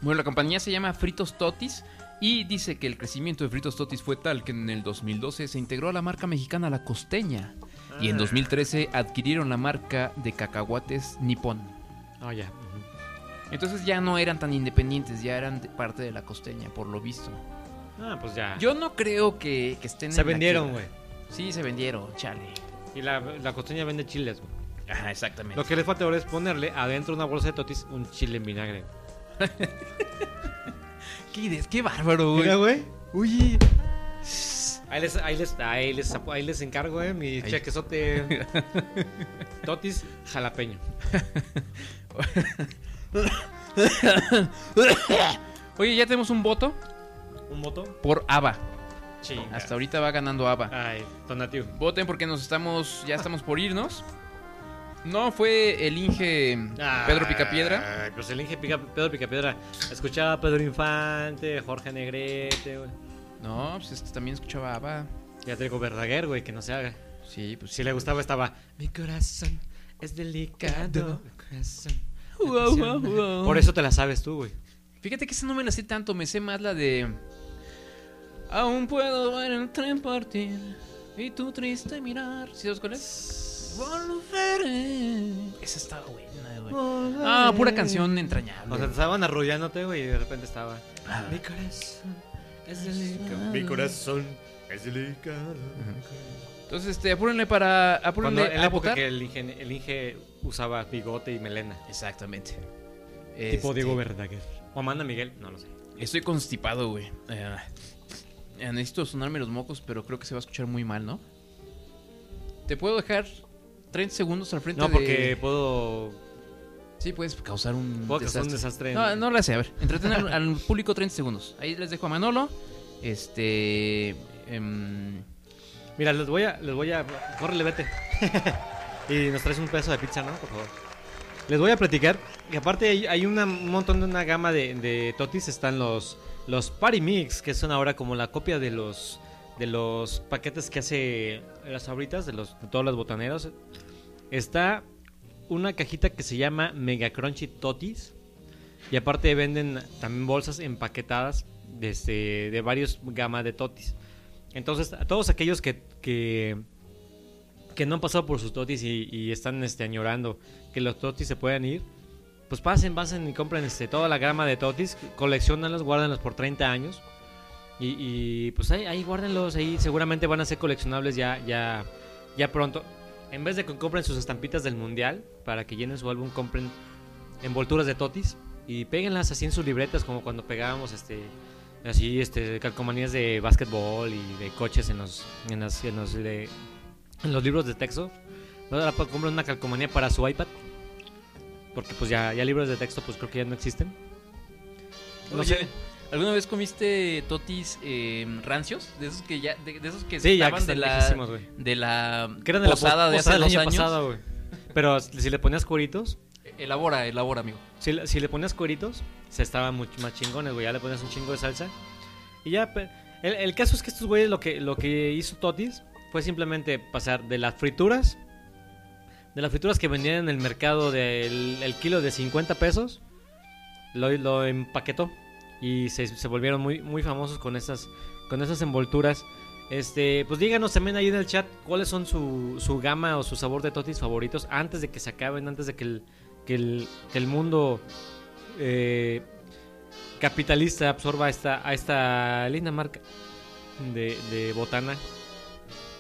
Speaker 2: Bueno, la compañía se llama Fritos Totis y dice que el crecimiento de Fritos Totis fue tal que en el 2012 se integró a la marca mexicana La Costeña y
Speaker 5: Ah.
Speaker 2: en 2013 adquirieron la marca de cacahuates Nippon.
Speaker 5: Ah, ya.
Speaker 2: Entonces ya no eran tan independientes, ya eran de- parte de La Costeña, por lo visto.
Speaker 5: Ah, pues ya.
Speaker 2: Yo no creo que, que estén...
Speaker 5: Se
Speaker 2: en la
Speaker 5: vendieron,
Speaker 2: quiebra.
Speaker 5: güey.
Speaker 2: Sí, se vendieron, chale.
Speaker 5: Y la, la costeña vende chiles, güey.
Speaker 2: Ajá, exactamente.
Speaker 5: Lo que le falta ahora es ponerle adentro una bolsa de totis un chile en vinagre.
Speaker 2: ¿Qué, ideas? qué bárbaro, güey.
Speaker 5: güey. Uy. Ahí les, ahí les, ahí les, ahí les encargo, eh, mi (laughs) chequezote. totis jalapeño.
Speaker 2: (coughs) Oye, ya tenemos un voto
Speaker 5: ¿Un moto?
Speaker 2: por ABBA.
Speaker 5: Chinga.
Speaker 2: Hasta ahorita va ganando ABBA.
Speaker 5: Ay, Tonatiuh.
Speaker 2: Voten porque nos estamos, ya estamos por irnos. No fue el Inge Pedro Picapiedra.
Speaker 5: Ay, Pues el Inge Pica- Pedro Picapiedra. Escuchaba a Pedro Infante, Jorge Negrete, güey.
Speaker 2: No, pues este también escuchaba ABBA.
Speaker 5: Y a Diego Verdaguer, güey, que no se haga.
Speaker 2: Sí, pues
Speaker 5: Si le gustaba, estaba. Mi corazón es delicado. mi corazón es
Speaker 2: Wow, wow,
Speaker 5: pasional".
Speaker 2: wow.
Speaker 5: Por eso te la sabes tú, güey.
Speaker 2: Fíjate que esa no me la sé tanto, me sé más la de. Aún puedo ver el tren partir y tu triste mirar. ¿Sí sabes cuál es? Volveré. Esa está buena, güey. Ah, pura canción entrañable.
Speaker 5: O sea, te estaban arrullándote, güey, y de repente estaba. Mi corazón es delicado. Mi corazón es delicado.
Speaker 2: Entonces, este, apúrenle para.
Speaker 5: Cuando,
Speaker 2: Apúrenle
Speaker 5: en
Speaker 2: a
Speaker 5: la época
Speaker 2: votar.
Speaker 5: que el Inge, el Inge usaba bigote y melena.
Speaker 2: Exactamente.
Speaker 5: Tipo
Speaker 2: Este,
Speaker 5: Diego Verdaguer. O Amanda Miguel, no lo sé.
Speaker 2: Estoy constipado, güey. Eh, eh, necesito sonarme los mocos, pero creo que se va a escuchar muy mal, ¿no? ¿Te puedo dejar 30 segundos al frente
Speaker 5: No, porque
Speaker 2: de-
Speaker 5: puedo.
Speaker 2: Sí, puedes causar un
Speaker 5: Puedo causar
Speaker 2: desastre.
Speaker 5: un desastre. en-
Speaker 2: No, no la sé, a ver. Entretener al, al público 30 segundos. Ahí les dejo a Manolo. Este. em,
Speaker 5: Mira, les (laughs) voy a. Les voy a. Córrele, vete. y nos traes un pedazo de pizza, ¿no? Por favor. Les voy a platicar que aparte hay, hay una- un montón de una gama de, de totis. Están los, los Party Mix, que son ahora como la copia de los de los paquetes que hace las abritas, de, los, de todos los botaneros. Está una cajita que se llama Mega Crunchy Totis. Y aparte venden también bolsas empaquetadas de, este- de varios gama de totis. Entonces, a todos aquellos que, que, que no han pasado por sus totis y, y están este, añorando que los totis se puedan ir, pues pasen, pasen y compren este, toda la grama de totis, coleccionalos, guárdanlos por 30 años. Y, y, pues ahí, ahí guárdenlos, ahí seguramente van a ser coleccionables ya, ya, ya pronto. En vez de que compren sus estampitas del mundial, para que llenen su álbum, compren envolturas de totis y péguenlas así en sus libretas, como cuando pegábamos este, así este, calcomanías de básquetbol y de coches en los, en las- en los, de- en los libros de texto. Ahora pa- compren una calcomanía para su iPad, porque pues ya, ya libros de texto pues creo que ya no existen. No
Speaker 2: Oye,
Speaker 5: sé.
Speaker 2: ¿Alguna vez comiste totis eh, rancios? De esos que ya, de, de esos que
Speaker 5: Sí, ya que
Speaker 2: estaban de
Speaker 5: están
Speaker 2: la,
Speaker 5: viejísimos, güey.
Speaker 2: de la
Speaker 5: Que eran de la
Speaker 2: posada de hace
Speaker 5: posada del
Speaker 2: dos
Speaker 5: año
Speaker 2: años.
Speaker 5: pasado, güey. Pero si le ponías cueritos,
Speaker 2: Elabora, elabora, amigo.
Speaker 5: si, le- si le ponías cueritos, se estaban mucho más chingones, güey. Ya le ponías un chingo de salsa. Y ya, pe- el, el caso es que estos güeyes lo que, lo que hizo Totis fue simplemente pasar de las frituras, de las frituras que vendían en el mercado del el kilo de 50 pesos, lo, lo empaquetó y se, se volvieron muy, muy famosos con esas, con esas envolturas. Este, pues díganos también ahí en el chat cuáles son su, su gama o su sabor de totis favoritos antes de que se acaben, antes de que el, que el, que el mundo eh, capitalista absorba esta, a esta linda marca de, de botana.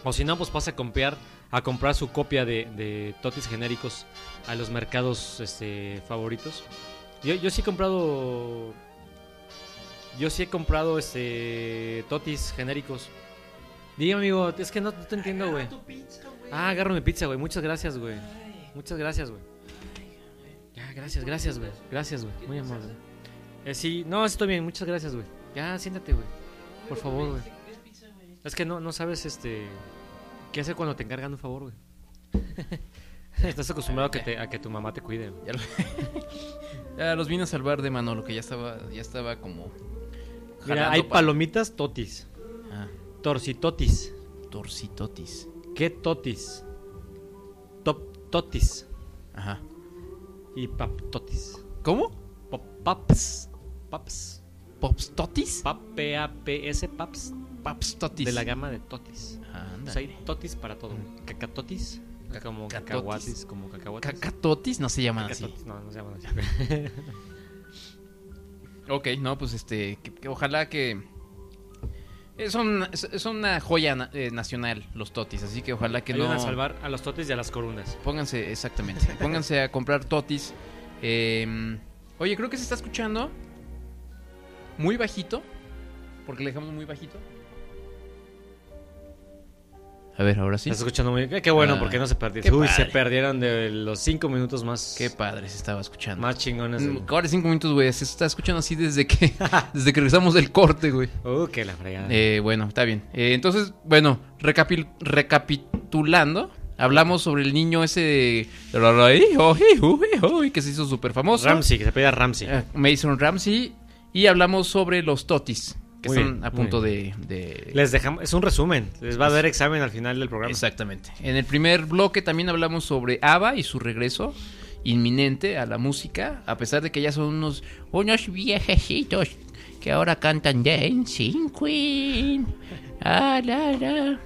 Speaker 5: O si no, pues pasa a comprar, a comprar su copia de, de totis genéricos a los mercados este, favoritos. Yo, yo sí he comprado. Yo sí he comprado este totis genéricos. Dime, amigo, es que no, no te entiendo, güey. Ah, agarro mi pizza, güey. Muchas gracias, güey. Muchas gracias, güey. Ya, gracias, gracias, güey. Gracias, güey. Muy amable. Eh, sí, no, estoy bien. Muchas gracias, güey. Ya, siéntate, güey. Por favor, güey. Es que no, no sabes, este... ¿Qué hacer cuando te encargan un (laughs) favor, güey? Estás acostumbrado a que, te- a que tu mamá te cuide, güey.
Speaker 2: Ya, lo- (laughs) Ya los vine a salvar de Manolo, que ya estaba, ya estaba como.
Speaker 5: Mira,
Speaker 2: jalando
Speaker 5: hay
Speaker 2: pa-
Speaker 5: palomitas totis.
Speaker 2: Ah,
Speaker 5: Torcitotis.
Speaker 2: torcitotis.
Speaker 5: ¿Qué totis? Top totis.
Speaker 2: Ajá.
Speaker 5: Y pap totis.
Speaker 2: ¿Cómo?
Speaker 5: Pop, paps. Paps.
Speaker 2: ¿Popstotis?
Speaker 5: Pap, P-A-P-S, paps.
Speaker 2: Papstotis.
Speaker 5: De la gama de totis.
Speaker 2: Ah,
Speaker 5: O
Speaker 2: ándale.
Speaker 5: sea, hay totis para todo. Cacatotis. Como
Speaker 2: Cacatotis.
Speaker 5: cacahuatis. Como cacahuates.
Speaker 2: Cacatotis no se llaman así.
Speaker 5: Cacatotis, No, no se llaman así.
Speaker 2: Ok, no, pues este, que- que ojalá que... Es, un- es- es una joya na- eh, nacional los totis, así que ojalá (laughs) que
Speaker 5: Ayudan
Speaker 2: no...
Speaker 5: a salvar a los totis y a las corunas.
Speaker 2: Pónganse,
Speaker 5: (laughs)
Speaker 2: exactamente, pónganse a comprar totis. Eh, oye, creo que se está escuchando muy bajito, porque le dejamos muy bajito. A ver, ahora sí.
Speaker 5: ¿Estás escuchando muy bien? Qué bueno,
Speaker 2: Ah,
Speaker 5: porque no se perdieron.
Speaker 2: qué
Speaker 5: Uy, se
Speaker 2: padre.
Speaker 5: perdieron de los cinco minutos más,
Speaker 2: Qué padre se estaba escuchando.
Speaker 5: más chingones. del-
Speaker 2: Mm, Ahora cinco minutos, güey, se está escuchando así desde que, (laughs) desde que regresamos del corte, güey.
Speaker 5: Uh, qué la fregada.
Speaker 2: Eh, bueno, está bien. Eh, entonces, bueno, recapi- recapitulando, hablamos sobre el niño ese de- que se hizo súper famoso.
Speaker 5: Ramsey, que se pega Ramsey.
Speaker 2: Eh, Mason Ramsey. Y hablamos sobre los totis, que
Speaker 5: Muy
Speaker 2: están
Speaker 5: bien,
Speaker 2: a
Speaker 5: muy
Speaker 2: punto de... de-
Speaker 5: Les dejamos, es un resumen. Les va a dar examen al final del programa.
Speaker 2: Exactamente. En el primer bloque también hablamos sobre ABBA y su regreso inminente a la música, a pesar de que ya son unos, unos viejecitos que ahora cantan Dancing Queen. Ah, la, la.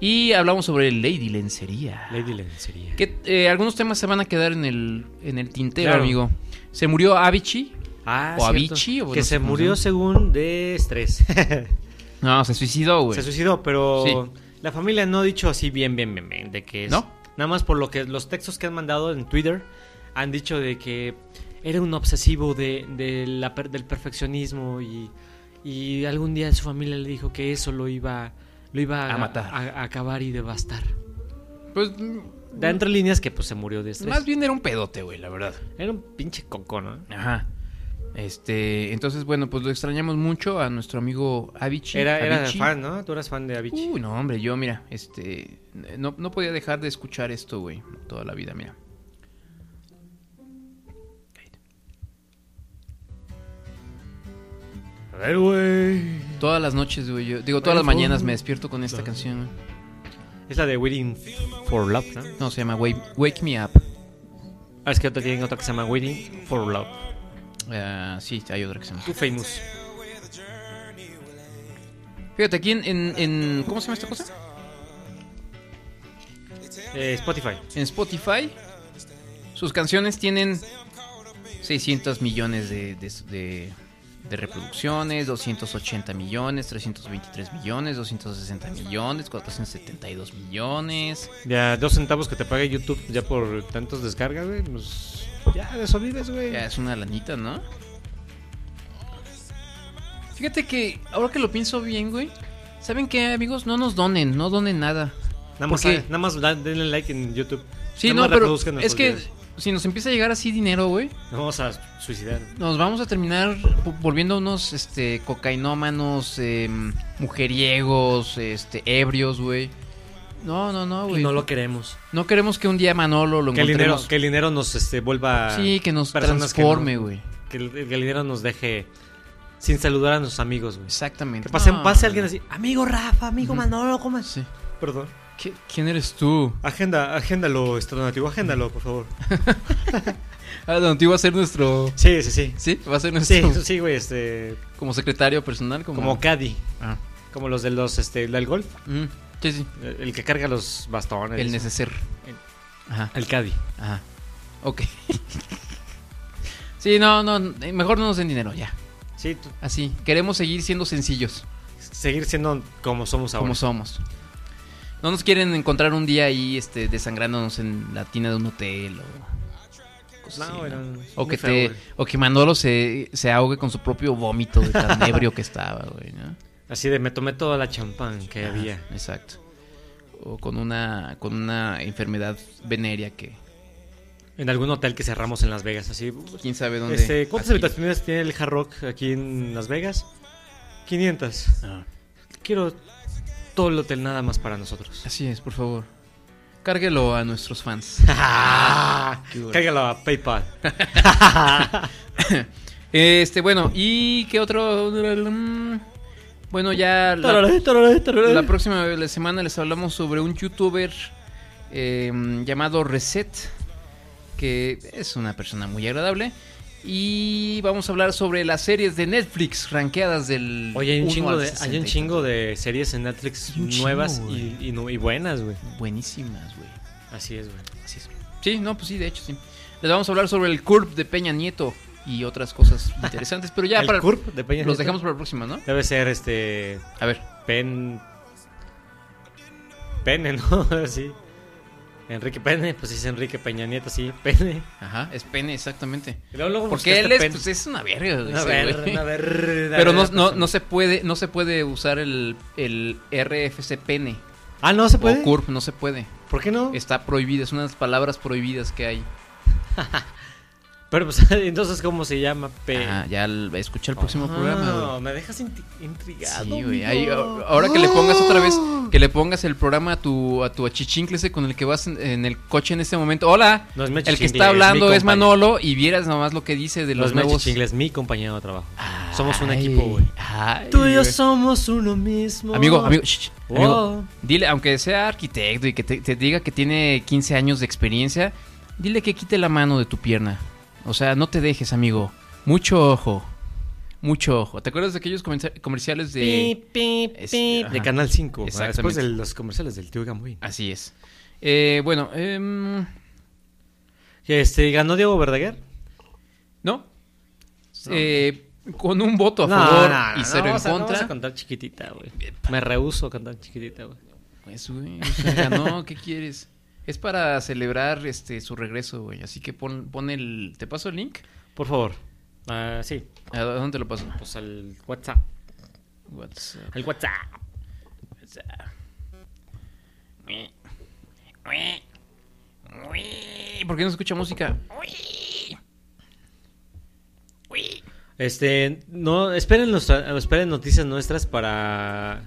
Speaker 2: Y hablamos sobre Lady Lencería.
Speaker 5: Lady Lencería.
Speaker 2: Que, eh, algunos temas se van a quedar en el, en el tintero,
Speaker 5: Claro.
Speaker 2: amigo. Se murió Avicii. o
Speaker 5: Ah, cierto.
Speaker 2: Avicii, o
Speaker 5: que
Speaker 2: no sé cómo
Speaker 5: se
Speaker 2: se
Speaker 5: murió
Speaker 2: llama.
Speaker 5: según de estrés.
Speaker 2: (laughs) No, se suicidó, güey.
Speaker 5: se suicidó, pero la familia no ha dicho así bien, bien, bien, bien, de que es.
Speaker 2: ¿No?
Speaker 5: Nada más por lo que los textos que han mandado en Twitter han dicho de que era un obsesivo de, de la per- del perfeccionismo y, y algún día su familia le dijo que eso lo iba, lo iba
Speaker 2: A matar.
Speaker 5: a- a acabar y devastar.
Speaker 2: Pues, mm,
Speaker 5: Da entre líneas que pues se murió de estrés.
Speaker 2: más bien era un pedote, güey, la verdad.
Speaker 5: Era un pinche coco, ¿no?
Speaker 2: Ajá. Este, entonces, bueno, pues lo extrañamos mucho a nuestro amigo Avicii.
Speaker 5: Era, era
Speaker 2: Avicii.
Speaker 5: fan, ¿no? Tú eras fan de Avicii.
Speaker 2: Uy, no, hombre, yo, mira, este, no, no podía dejar de escuchar esto, güey, toda la vida, mira. Uh,
Speaker 5: ver, güey.
Speaker 2: Todas las noches, güey. yo- Digo, todas las mañanas me despierto con esta canción. güey.
Speaker 5: Es la de Waiting for Love, ¿no?
Speaker 2: No, se llama Wake, Wake Me Up.
Speaker 5: Ah, es que otra tienen otra que se llama Waiting for Love.
Speaker 2: Ah, sí, hay otra que se llama.
Speaker 5: Too famous.
Speaker 2: Fíjate, aquí en, en- en- ¿Cómo se llama esta cosa?
Speaker 5: Eh, Spotify.
Speaker 2: En Spotify. Sus canciones tienen 600 millones de, de, de- de reproducciones, 280 millones, 323 millones, 260 millones, 472 millones.
Speaker 5: Ya, dos centavos que te pague YouTube ya por tantos descargas, güey. Pues ya, de eso vives, güey.
Speaker 2: Ya es una lanita, ¿no? Fíjate que ahora que lo pienso bien, güey. ¿Saben qué, amigos? No nos donen, no donen nada.
Speaker 5: Nada más, ah,
Speaker 2: Porque-
Speaker 5: nada más da- denle like en YouTube.
Speaker 2: Sí,
Speaker 5: Nada
Speaker 2: no,
Speaker 5: más
Speaker 2: pero es
Speaker 5: reproduzcan nuestros
Speaker 2: que
Speaker 5: videos.
Speaker 2: si nos empieza a llegar así dinero, güey,
Speaker 5: Nos vamos a suicidar.
Speaker 2: nos vamos a terminar vo- volviendo unos este cocainómanos, em, mujeriegos, este ebrios, güey. No, no, no, güey.
Speaker 10: Y no lo queremos.
Speaker 2: No queremos que un día Manolo lo
Speaker 5: Que el, dinero,
Speaker 2: encontremos.
Speaker 5: que el dinero nos este, vuelva.
Speaker 2: Sí, que nos
Speaker 5: personas que
Speaker 2: transforme,
Speaker 5: no-
Speaker 2: güey.
Speaker 5: Que, el- que el dinero nos deje sin saludar a nuestros amigos, güey.
Speaker 2: Exactamente.
Speaker 5: Que pase,
Speaker 2: No, no,
Speaker 5: pase alguien
Speaker 2: no.
Speaker 5: así.
Speaker 10: Amigo Rafa, amigo Manolo, ¿cómo es?
Speaker 2: Sí.
Speaker 5: Perdón.
Speaker 2: ¿Qui- ¿Quién eres tú?
Speaker 5: Agenda, agéndalo, este donativo, agéndalo, por favor.
Speaker 2: Ah, Don Tío va a ser nuestro.
Speaker 5: Sí, sí, sí.
Speaker 2: Sí, va a ser nuestro.
Speaker 5: Sí, sí, güey, este.
Speaker 2: Como secretario personal, como.
Speaker 5: Como Caddy.
Speaker 2: Ah.
Speaker 5: Como los de los, este, del golf.
Speaker 2: Mm, Sí, sí.
Speaker 5: El que carga los bastones.
Speaker 2: El neceser.
Speaker 5: El-
Speaker 2: Ajá.
Speaker 5: El Caddy.
Speaker 2: Ajá. Ok. sí, no, no. eh, Mejor no nos den dinero ya.
Speaker 5: Sí, tú-
Speaker 2: Así. Queremos seguir siendo sencillos.
Speaker 5: seguir siendo como somos ahora.
Speaker 2: Como somos. No nos quieren encontrar un día ahí este, desangrándonos en la tina de un hotel o. cosas
Speaker 5: No,
Speaker 2: así,
Speaker 5: güey,
Speaker 2: ¿no?
Speaker 5: no, es
Speaker 2: O
Speaker 5: muy
Speaker 2: que,
Speaker 5: feo,
Speaker 2: te,
Speaker 5: güey.
Speaker 2: o que Manolo se, se ahogue con su propio vómito de
Speaker 5: (laughs)
Speaker 2: tan ebrio que estaba, güey. ¿no?
Speaker 5: Así de me tomé toda la champán que
Speaker 2: Ajá,
Speaker 5: había.
Speaker 2: Exacto. O con una, con una enfermedad venérea que
Speaker 5: En algún hotel que cerramos en Las Vegas, así.
Speaker 2: quién sabe dónde.
Speaker 5: Este, ¿Cuántas
Speaker 2: adquirió.
Speaker 5: habitaciones tiene el Hard Rock aquí en Las Vegas? 500. Quiero todo el hotel nada más para nosotros. (laughs)
Speaker 2: Así es, por favor. Cárguelo a nuestros fans. Qué bueno.
Speaker 5: Cárgalo a PayPal.
Speaker 2: Este, bueno, ¿y qué otro? Mm, Bueno, ya la,
Speaker 10: Tararé, tararé, tararé.
Speaker 2: la próxima la semana les hablamos sobre un youtuber eh, llamado Reset, que es una persona muy agradable. Y vamos a hablar sobre las series de Netflix rankeadas del.
Speaker 5: Oye, hay un
Speaker 2: 1
Speaker 5: chingo
Speaker 2: al
Speaker 5: de, hay
Speaker 2: 60 y
Speaker 5: un chingo de series en Netflix
Speaker 2: Hay un chingo,
Speaker 5: nuevas y,
Speaker 2: güey.
Speaker 5: y nu- y buenas, güey.
Speaker 2: tanto. Buenísimas, güey.
Speaker 5: Así es, güey.
Speaker 2: Así es. Sí, no, pues sí, de hecho, sí. Les vamos a hablar sobre el curb de Peña Nieto y otras
Speaker 5: (laughs)
Speaker 2: cosas interesantes, pero ya
Speaker 5: el
Speaker 2: para...
Speaker 5: Curb de Peña
Speaker 2: Los
Speaker 5: Nieto
Speaker 2: dejamos para la próxima, ¿no?
Speaker 5: Debe ser este.
Speaker 2: A ver.
Speaker 5: Pen. Pene, ¿no? (laughs) sí. Enrique Pene, pues es Enrique Peña Nieto, sí. Pene.
Speaker 2: Ajá, es pene, exactamente.
Speaker 5: Y luego- luego
Speaker 2: Porque
Speaker 5: buscaste
Speaker 2: él es,
Speaker 5: este Pen.
Speaker 2: pues, es una verga. güey,
Speaker 5: A
Speaker 2: ese
Speaker 5: ver,
Speaker 2: güey.
Speaker 5: a ver.
Speaker 2: Pero no, no, no se puede, no se puede usar el, el RFC pene
Speaker 5: Ah, no se
Speaker 2: o
Speaker 5: puede.
Speaker 2: curb, no se puede.
Speaker 5: ¿Por qué no?
Speaker 2: Está prohibido, es una de las palabras prohibidas que hay.
Speaker 5: Pero pues, (laughs) entonces, ¿cómo se llama? Pe-
Speaker 2: Ajá, Ah, ya el- escucha el próximo
Speaker 5: Ah,
Speaker 2: programa, güey.
Speaker 5: me dejas inti- intrigado.
Speaker 2: Sí, güey. ahí,
Speaker 5: amigo.
Speaker 2: a- ahora que le pongas otra vez,
Speaker 5: ¡Ah!
Speaker 2: que le pongas el programa a tu, a tu achichincle ese con el que vas en, en el coche en este momento. Hola,
Speaker 5: No es mi
Speaker 2: el que
Speaker 5: achichincle,
Speaker 2: está hablando
Speaker 5: mi
Speaker 2: es,
Speaker 5: compañero.
Speaker 2: Manolo y vieras nomás lo que dice de
Speaker 5: Los,
Speaker 2: los, nuevos.
Speaker 5: inglés, mi compañero de trabajo. Somos un
Speaker 2: Ay,
Speaker 5: equipo, güey.
Speaker 2: ay,
Speaker 5: Tú y yo
Speaker 2: güey.
Speaker 5: somos uno mismo.
Speaker 2: Amigo, amigo, shh, shh,
Speaker 5: Wow.
Speaker 2: amigo, dile, aunque sea arquitecto y que te, te diga que tiene 15 años de experiencia, dile que quite la mano de tu pierna. O sea, no te dejes, amigo. Mucho ojo. Mucho ojo. ¿Te acuerdas de aquellos comentar- comerciales de...
Speaker 5: Pi, pi,
Speaker 2: Es-
Speaker 5: pi.
Speaker 2: ajá.
Speaker 5: de Canal 5. ¿verdad? Después
Speaker 2: Exactamente.
Speaker 5: de los comerciales del tío Gamboín.
Speaker 2: Así es. Eh, bueno, em,
Speaker 5: Este, ganó Diego Verdaguer.
Speaker 2: ¿no? Eh, con un voto a
Speaker 5: No,
Speaker 2: favor
Speaker 5: no, no,
Speaker 2: y cero
Speaker 5: no,
Speaker 2: en
Speaker 5: vas a- no
Speaker 2: contra.
Speaker 5: vas a contar chiquitita, güey. Me rehuso a contar chiquitita, güey.
Speaker 2: Pues, güey, o sea, ganó, ¿qué quieres? Es para celebrar este su regreso, güey. Así que pon, pon el... ¿Te paso el link?
Speaker 5: Por favor. Ah, sí,
Speaker 2: ¿A dónde te lo paso?
Speaker 5: pues al WhatsApp.
Speaker 2: WhatsApp.
Speaker 5: Al WhatsApp.
Speaker 2: Eh, ¿Por qué no escucha música?
Speaker 5: Este, no, esperen, nuestra- esperen noticias nuestras para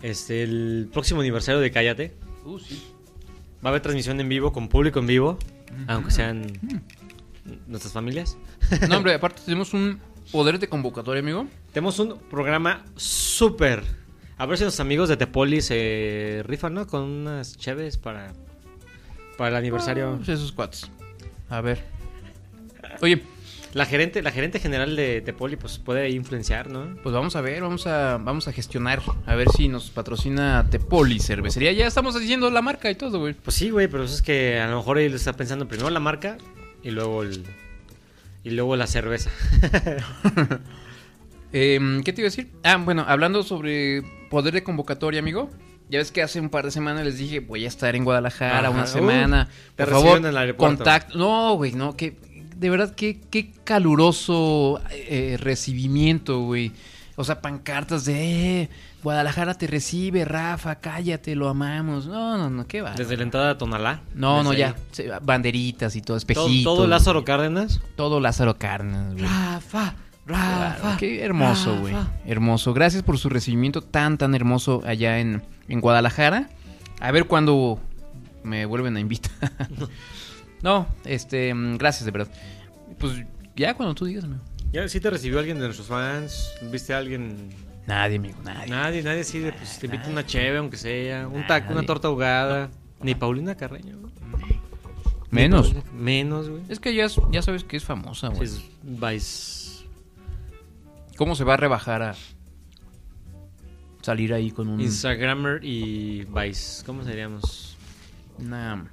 Speaker 5: este el próximo aniversario de Cállate.
Speaker 2: Uh, sí.
Speaker 5: Va a haber transmisión en vivo con público
Speaker 2: Mm.
Speaker 5: en vivo, aunque sean nuestras familias.
Speaker 2: No, hombre, aparte tenemos un poder de convocatoria, amigo.
Speaker 5: Tenemos un programa súper. A ver si los amigos de Tepoli se rifan, ¿no? Con unas chéves para, para el aniversario.
Speaker 2: Pues esos cuates. A ver. Oye.
Speaker 5: La gerente, la gerente general de Tepoli, pues puede influenciar, ¿no?
Speaker 2: Pues vamos a ver, vamos a, vamos a gestionar, a ver si nos patrocina Tepoli Cervecería. Ya estamos diciendo la marca y todo, güey.
Speaker 5: Pues sí, güey, pero eso es que a lo mejor él está pensando primero la marca y luego el. Y luego la cerveza.
Speaker 2: Em, ¿Qué te iba a decir? Ah, bueno, hablando sobre poder de convocatoria, amigo. Ya ves que hace un par de semanas les dije, voy a estar en Guadalajara
Speaker 5: Ajá,
Speaker 2: una
Speaker 5: uh,
Speaker 2: semana.
Speaker 5: te
Speaker 2: Por
Speaker 5: reciben
Speaker 2: favor,
Speaker 5: en el aeropuerto.
Speaker 2: contact- No, güey, no, que de verdad qué qué caluroso eh, recibimiento, güey. O sea, pancartas de eh, Guadalajara te recibe, Rafa, cállate, lo amamos. No, no, Ah, no, qué va.
Speaker 5: Desde la entrada de Tonalá.
Speaker 2: No, no,
Speaker 5: Desde
Speaker 2: ya.
Speaker 5: ahí.
Speaker 2: se- Banderitas y todo,
Speaker 5: Todo,
Speaker 2: espejitos.
Speaker 5: todo Lázaro Cárdenas.
Speaker 2: Todo Lázaro Cárdenas, güey.
Speaker 5: Rafa,
Speaker 2: Claro, qué hermoso, güey. Hermoso. Gracias por su recibimiento tan, tan hermoso allá en, en Guadalajara. A ver cuándo me vuelven a invitar. no, este, mm, gracias, de verdad. Pues ya cuando tú digas, amigo.
Speaker 5: ¿Ya sí te recibió alguien de nuestros fans? ¿Viste a alguien?
Speaker 2: Nadie, amigo, nadie.
Speaker 5: Nadie, nadie sí. de, Pues, te invita una cheve, aunque sea. Un
Speaker 2: Nadie.
Speaker 5: taco, una torta ahogada. Ni Paulina Carreño. güey.
Speaker 2: Menos.
Speaker 5: Ni Paulina- Menos, güey.
Speaker 2: Es que ya, ya sabes que es famosa, güey.
Speaker 5: Es Vice.
Speaker 2: ¿Cómo se va a rebajar a salir ahí con un...
Speaker 5: Instagrammer y Vice. ¿Cómo seríamos?
Speaker 2: una-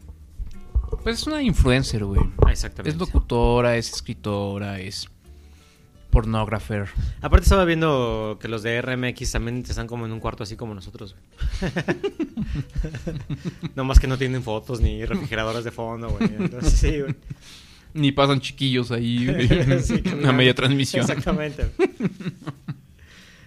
Speaker 2: Pues es una influencer, güey.
Speaker 5: Ah, exactamente.
Speaker 2: Es locutora, es escritora, es pornógrafer.
Speaker 5: Aparte estaba viendo que los de RMX también están como en un cuarto así como nosotros.
Speaker 2: (laughs)
Speaker 5: güey. no más que no tienen fotos ni refrigeradores de fondo, güey. Entonces,
Speaker 2: (laughs)
Speaker 5: sí, güey.
Speaker 2: Ni pasan chiquillos (laughs) ahí güey.
Speaker 5: Sí,
Speaker 2: a
Speaker 5: caminando.
Speaker 2: media transmisión.
Speaker 5: Exactamente.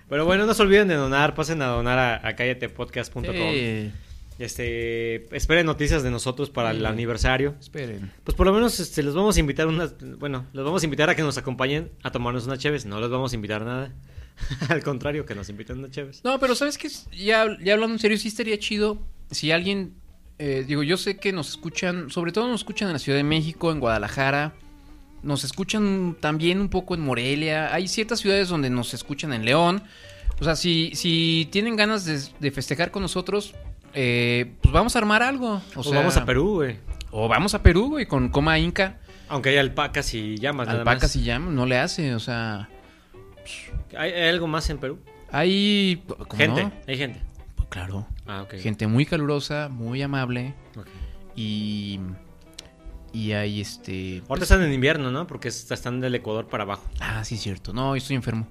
Speaker 5: Pero bueno, no se olviden de donar, pasen a donar a, a callatepodcast.com.
Speaker 2: Sí,
Speaker 5: Este, esperen noticias de nosotros para
Speaker 2: Sí.
Speaker 5: el aniversario.
Speaker 2: esperen.
Speaker 5: Pues por lo menos este, les vamos a invitar unas, bueno, les vamos a invitar a que nos acompañen a tomarnos una Cheves, no les vamos a invitar nada. (laughs) Al contrario, que nos inviten una Cheves.
Speaker 2: No, pero ¿sabes qué? Ya, ya hablando en serio, sí estaría chido si alguien... eh, digo, yo sé que nos escuchan, sobre todo nos escuchan en la Ciudad de México, en Guadalajara. Nos escuchan también un poco en Morelia. Hay ciertas ciudades donde nos escuchan en León. O sea, si, si tienen ganas de, de festejar con nosotros, eh, pues vamos a armar algo. O,
Speaker 5: O
Speaker 2: sea,
Speaker 5: Pues vamos a Perú, güey.
Speaker 2: O vamos a Perú, güey, con Coma Inca.
Speaker 5: Aunque hay alpacas y llamas. nada más.
Speaker 2: Alpacas y llamas, no le hace, o sea...
Speaker 5: ¿Hay, hay algo más en Perú?
Speaker 2: Hay... ¿cómo
Speaker 5: Gente,
Speaker 2: no?
Speaker 5: hay gente.
Speaker 2: Pues claro.
Speaker 5: Ah, ok.
Speaker 2: Gente muy calurosa, muy amable
Speaker 5: Ok.
Speaker 2: y... Y hay este...
Speaker 5: Ahorita están en invierno, ¿no? Porque es- están del Ecuador para abajo.
Speaker 2: Ah, sí, cierto. No, estoy enfermo.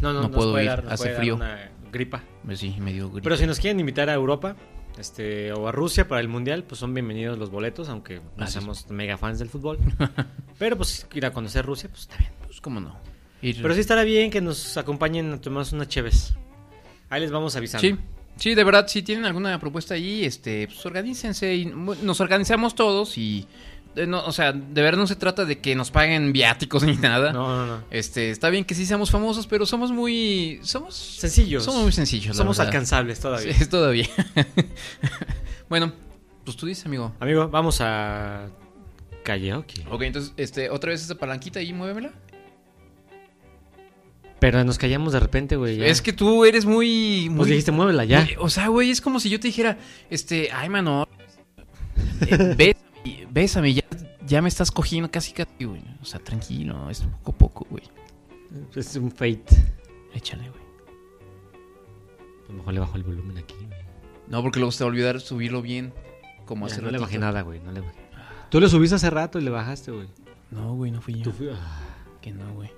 Speaker 5: No,
Speaker 2: No
Speaker 5: no, nos
Speaker 2: puedo
Speaker 5: puede
Speaker 2: ir,
Speaker 5: dar- nos
Speaker 2: hace
Speaker 5: puede dar
Speaker 2: frío.
Speaker 5: una gripa.
Speaker 2: Pues sí, me dio gripe.
Speaker 5: Pero si nos quieren invitar a Europa este, o a Rusia para el Mundial, pues son bienvenidos los boletos, aunque no
Speaker 2: Así es.
Speaker 5: somos mega fans
Speaker 2: (laughs)
Speaker 5: del fútbol. Pero pues ir a conocer Rusia, pues está bien.
Speaker 2: Pues cómo no. Ir-
Speaker 5: Pero sí estará bien que nos acompañen a tomarnos unas cheves. Ahí les vamos avisando.
Speaker 2: Sí, sí, de verdad, si tienen alguna propuesta ahí, este, pues organícense y mu- nos organizamos todos y... eh, no, o sea, de verdad no se trata de que nos paguen viáticos ni nada.
Speaker 5: No, no, no.
Speaker 2: Este, está bien que sí seamos famosos, pero somos muy... Somos...
Speaker 5: Sencillos.
Speaker 2: Somos muy sencillos. la
Speaker 5: Somos
Speaker 2: verdad.
Speaker 5: alcanzables todavía.
Speaker 2: Sí, es todavía. (laughs) bueno, pues tú dices, amigo.
Speaker 5: Amigo, vamos a karaoke.
Speaker 2: Ok, entonces, este, otra vez esa palanquita ahí, muévemela.
Speaker 5: Pero nos callamos de repente, güey. ya.
Speaker 2: Es que tú eres muy... muy
Speaker 5: Pues dijiste, muévela ya.
Speaker 2: muy- o sea, güey, es como si yo te dijera, este, ay, (laughs) mano, eh, bésame, bésame, ya, ya me estás cogiendo casi casi, güey. O sea, tranquilo, es poco a poco, güey.
Speaker 5: Es un fate.
Speaker 2: Échale, güey.
Speaker 5: A lo mejor le bajo el volumen aquí, güey.
Speaker 2: No, porque luego se te va a olvidar subirlo bien, como
Speaker 5: Ya,
Speaker 2: hace
Speaker 5: no le
Speaker 2: ratito.
Speaker 5: bajé nada, güey. No le bajé. Tú lo subiste hace rato y le bajaste, güey.
Speaker 2: No, güey, no fui yo.
Speaker 5: Tú fui- ah,
Speaker 2: Que no, güey.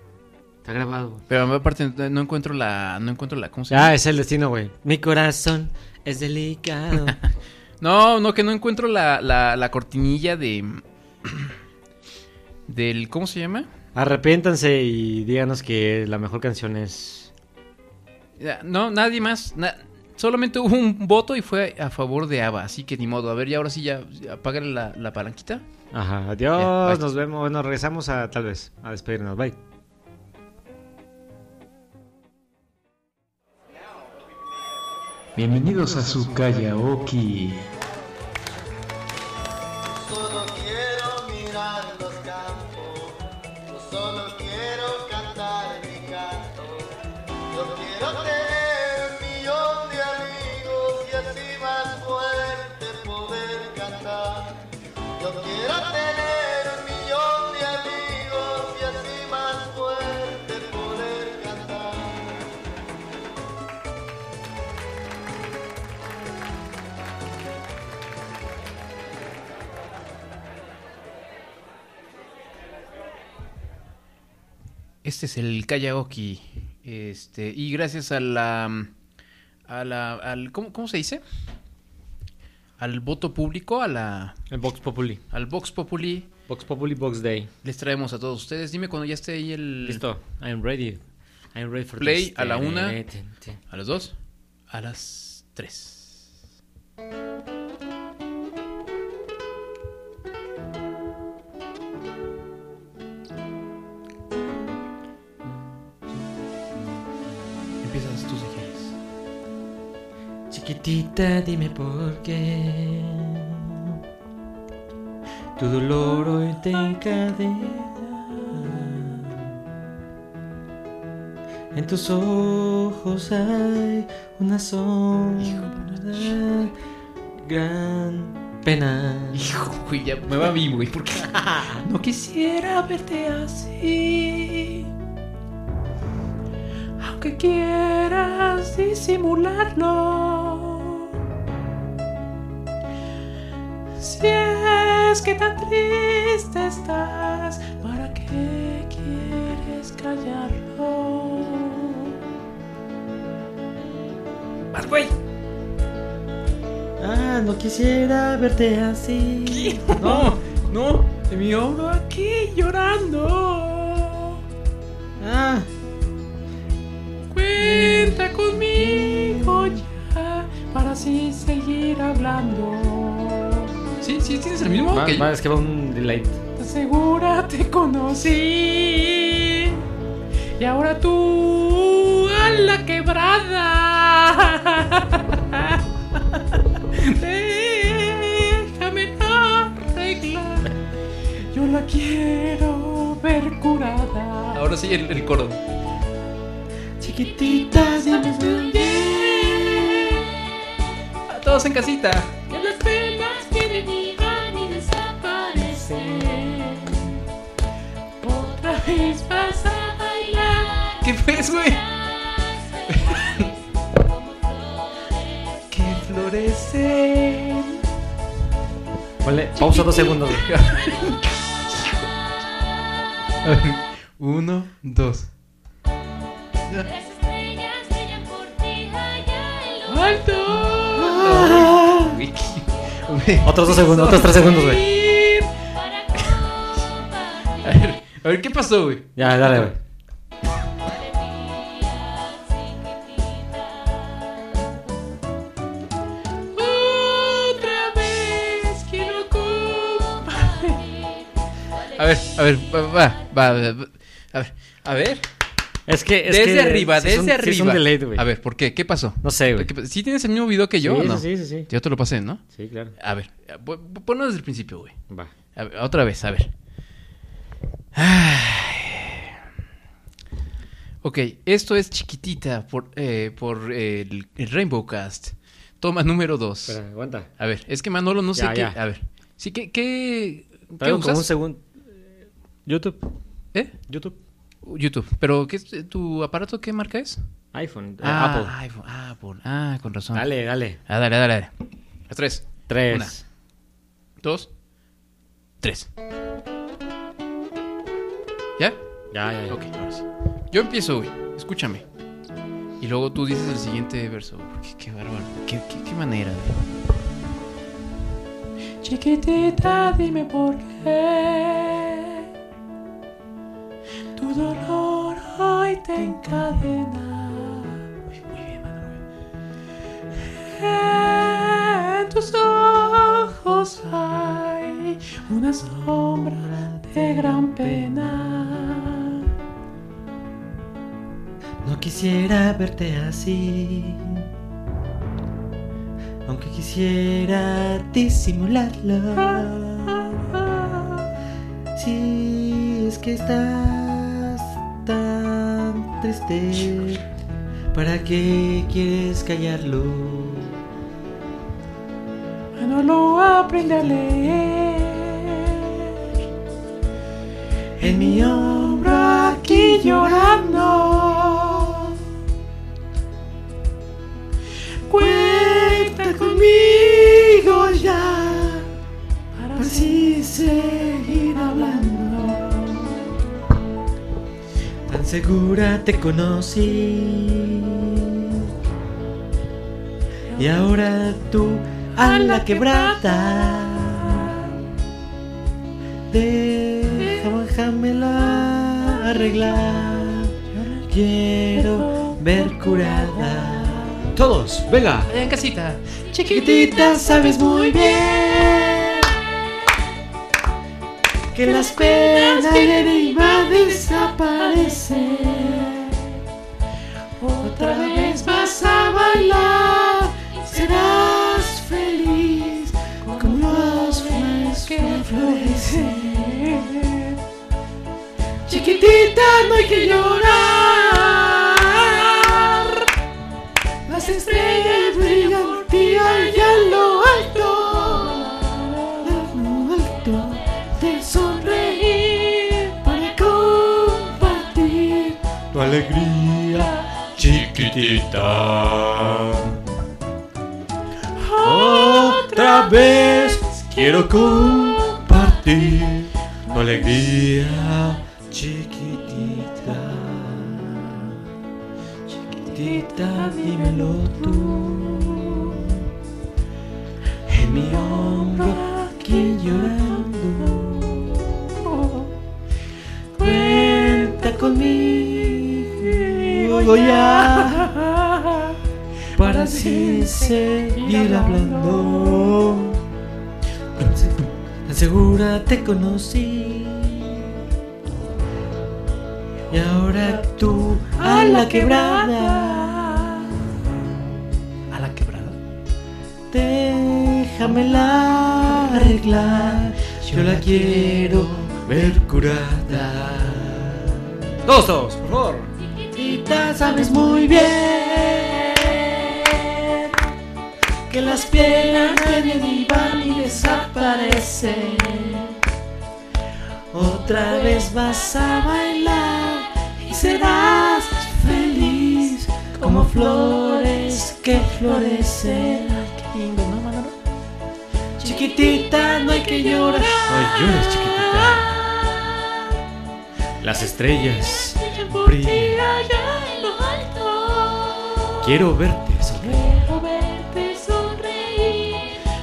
Speaker 5: Está grabado, güey.
Speaker 2: Pero aparte, no encuentro la, no encuentro la, ¿cómo se llama?
Speaker 5: Ah, es el destino, güey. Mi corazón
Speaker 2: (laughs)
Speaker 5: es delicado.
Speaker 2: No, no, que no encuentro la, la, la cortinilla de. (clears throat) Del. ¿Cómo se llama?
Speaker 5: Arrepiéntanse y díganos que la mejor canción es.
Speaker 2: Ya, No, nadie más. na- solamente hubo un voto y fue a favor de Ava, así que ni modo. A ver, y ahora sí ya apágale la, la palanquita.
Speaker 5: Ajá,
Speaker 2: Ya, bye.
Speaker 5: adiós, nos vemos. Nos regresamos a tal vez a despedirnos. Bye.
Speaker 1: Bienvenidos a su Kayaoki.
Speaker 9: Solo quiero mirar los campos, yo solo quiero cantar mi
Speaker 11: Yo tendré un millón de amigos y así más fuerte poder cantar. Yo quiero tener un millón de amigos y así más fuerte poder cantar.
Speaker 2: Este es el karaoke. Este, y gracias a la. A la al, ¿cómo, cómo se dice? Al voto público, a la.
Speaker 5: El Vox Populi.
Speaker 2: Al Vox Populi.
Speaker 5: Vox Populi Vox Day.
Speaker 2: Les traemos a todos ustedes. Dime cuando ya esté ahí el.
Speaker 5: Listo. I'm ready. I'm ready for
Speaker 2: Mm. Play
Speaker 5: this.
Speaker 2: a la una.
Speaker 5: Eh, tin, tin.
Speaker 2: A las dos. A las tres. Empiezas tú si quieres.
Speaker 12: Chiquitita, dime por qué tu dolor hoy te encadena. En tus ojos hay una sombra, gran pena.
Speaker 2: Hijo, güey, ya me va a mí, güey. ¿Por qué?
Speaker 12: No quisiera verte así. Aunque quieras disimularlo. Si es que tan triste estás, ¿para qué quieres callarlo? ¡Más, güey! Ah, no quisiera verte así. No, no, de mi hombro aquí llorando. Ah, cuenta conmigo ya para así seguir hablando. Sí, sí, tienes el mismo.
Speaker 5: Va-
Speaker 12: Ok.
Speaker 5: va, es que va un delay.
Speaker 12: Segura te conocí y ahora tú a la quebrada. Déjame arreglar, yo la quiero ver curada.
Speaker 2: Ahora sí, el, el coro.
Speaker 12: Chiquititas dime por qué.
Speaker 2: A todos en casita.
Speaker 12: que las penas vienen y van y desaparecen. Otra vez vas a bailar.
Speaker 2: ¿Qué fue, güey?
Speaker 12: Que florecen.
Speaker 5: Ponle pausa dos segundos.
Speaker 2: (laughs) Uno, dos.
Speaker 12: (laughs) Las estrellas brillan por ti allá en lo
Speaker 2: ¡Alto!
Speaker 5: Otros dos segundos, otros tres segundos, güey.
Speaker 2: A ver, a ver, ¿qué pasó, güey?
Speaker 5: Ya, dale, güey.
Speaker 12: Otra vez quiero compartir.
Speaker 2: A ver, a ver, va, va, va, va, va. A ver, a ver.
Speaker 5: Es que. es
Speaker 2: desde
Speaker 5: que
Speaker 2: arriba,
Speaker 5: sí es
Speaker 2: desde
Speaker 5: un- sí
Speaker 2: arriba.
Speaker 5: es un delay, güey.
Speaker 2: a ver, ¿por qué? ¿Qué pasó?
Speaker 5: No sé, güey.
Speaker 2: ¿Qué pa- ¿Sí tienes el mismo video que yo?
Speaker 5: Sí,
Speaker 2: o no?
Speaker 5: sí, sí, sí.
Speaker 2: Yo te lo pasé, ¿no?
Speaker 5: Sí, claro.
Speaker 2: A ver, pon- ponlo desde el principio, güey.
Speaker 5: Va.
Speaker 2: A ver, otra vez, a ver. Ok, esto es chiquitita por, eh, por eh, el, el Rainbow Cast. Toma número 2.
Speaker 5: Espera, aguanta.
Speaker 2: A ver, es que Manolo no sé
Speaker 5: Ya,
Speaker 2: qué.
Speaker 5: ya.
Speaker 2: A ver, sí, ¿qué, qué, qué
Speaker 5: Traigo como
Speaker 2: usas?
Speaker 5: un segundo. YouTube.
Speaker 2: ¿Eh?
Speaker 5: YouTube.
Speaker 2: YouTube. ¿Pero qué, es- eh, tu aparato qué marca es?
Speaker 5: iPhone. eh,
Speaker 2: Ah,
Speaker 5: Apple.
Speaker 2: iPhone, Apple. Ah, con razón.
Speaker 5: Dale, dale.
Speaker 2: Ah, dale, dale, dale. A tres.
Speaker 5: Tres.
Speaker 2: Una, dos, tres. ¿Ya?
Speaker 5: Ya, ya, ya.
Speaker 2: Ok, ahora sí. Yo empiezo, güey. Escúchame. Y luego tú dices el siguiente verso. güey, Qué, qué bárbaro. Qué, qué- qué manera, güey.
Speaker 12: Chiquitita, dime por qué tu dolor hoy te encadena. En tus ojos hay una sombra de gran pena.
Speaker 4: No quisiera verte así. Aunque quisiera disimularlo. Si es que estás tan triste,
Speaker 10: ¿Para qué quieres callarlo?
Speaker 12: Manolo aprende a leer. En mi hombro aquí llorando. Cuenta conmigo ya para así seguir hablando.
Speaker 10: Tan segura te conocí. Y ahora tú a la quebrada. Déjame, déjamela arreglar. Quiero ver curada. Todos, venga.
Speaker 4: En casita.
Speaker 10: Chiquitita, sabes muy bien
Speaker 12: que las penas vienen y van a desaparecer. Otra vez vas a bailar, serás feliz como los flores que florecen. Chiquitita, no hay que llorar. Las estrellas brillan por ti allá en lo alto, en lo alto de sonreír para compartir
Speaker 5: Tu alegría, chiquitita. Otra vez quiero compartir tu alegría, chiquitita.
Speaker 10: Chiquitita, dímelo tú. En mi hombro aquí llorando. Cuenta conmigo ya para así seguir hablando. Tan se- Tan segura te conocí. Y ahora tú a la quebrada. ¿A la quebrada? Déjamela arreglar. Yo la quiero ver curada.
Speaker 5: Todos, todos, por favor.
Speaker 10: Chiquitita, sabes muy bien que las piernas vienen y van y desaparecen. Otra vez vas a bailar y serás feliz como flores que florecen. Ay, qué lindo, ¿no, Manolo? Chiquitita, no hay que llorar.
Speaker 5: Ay, lloras, chiquitita. Las estrellas brillan. Quiero verte sonreír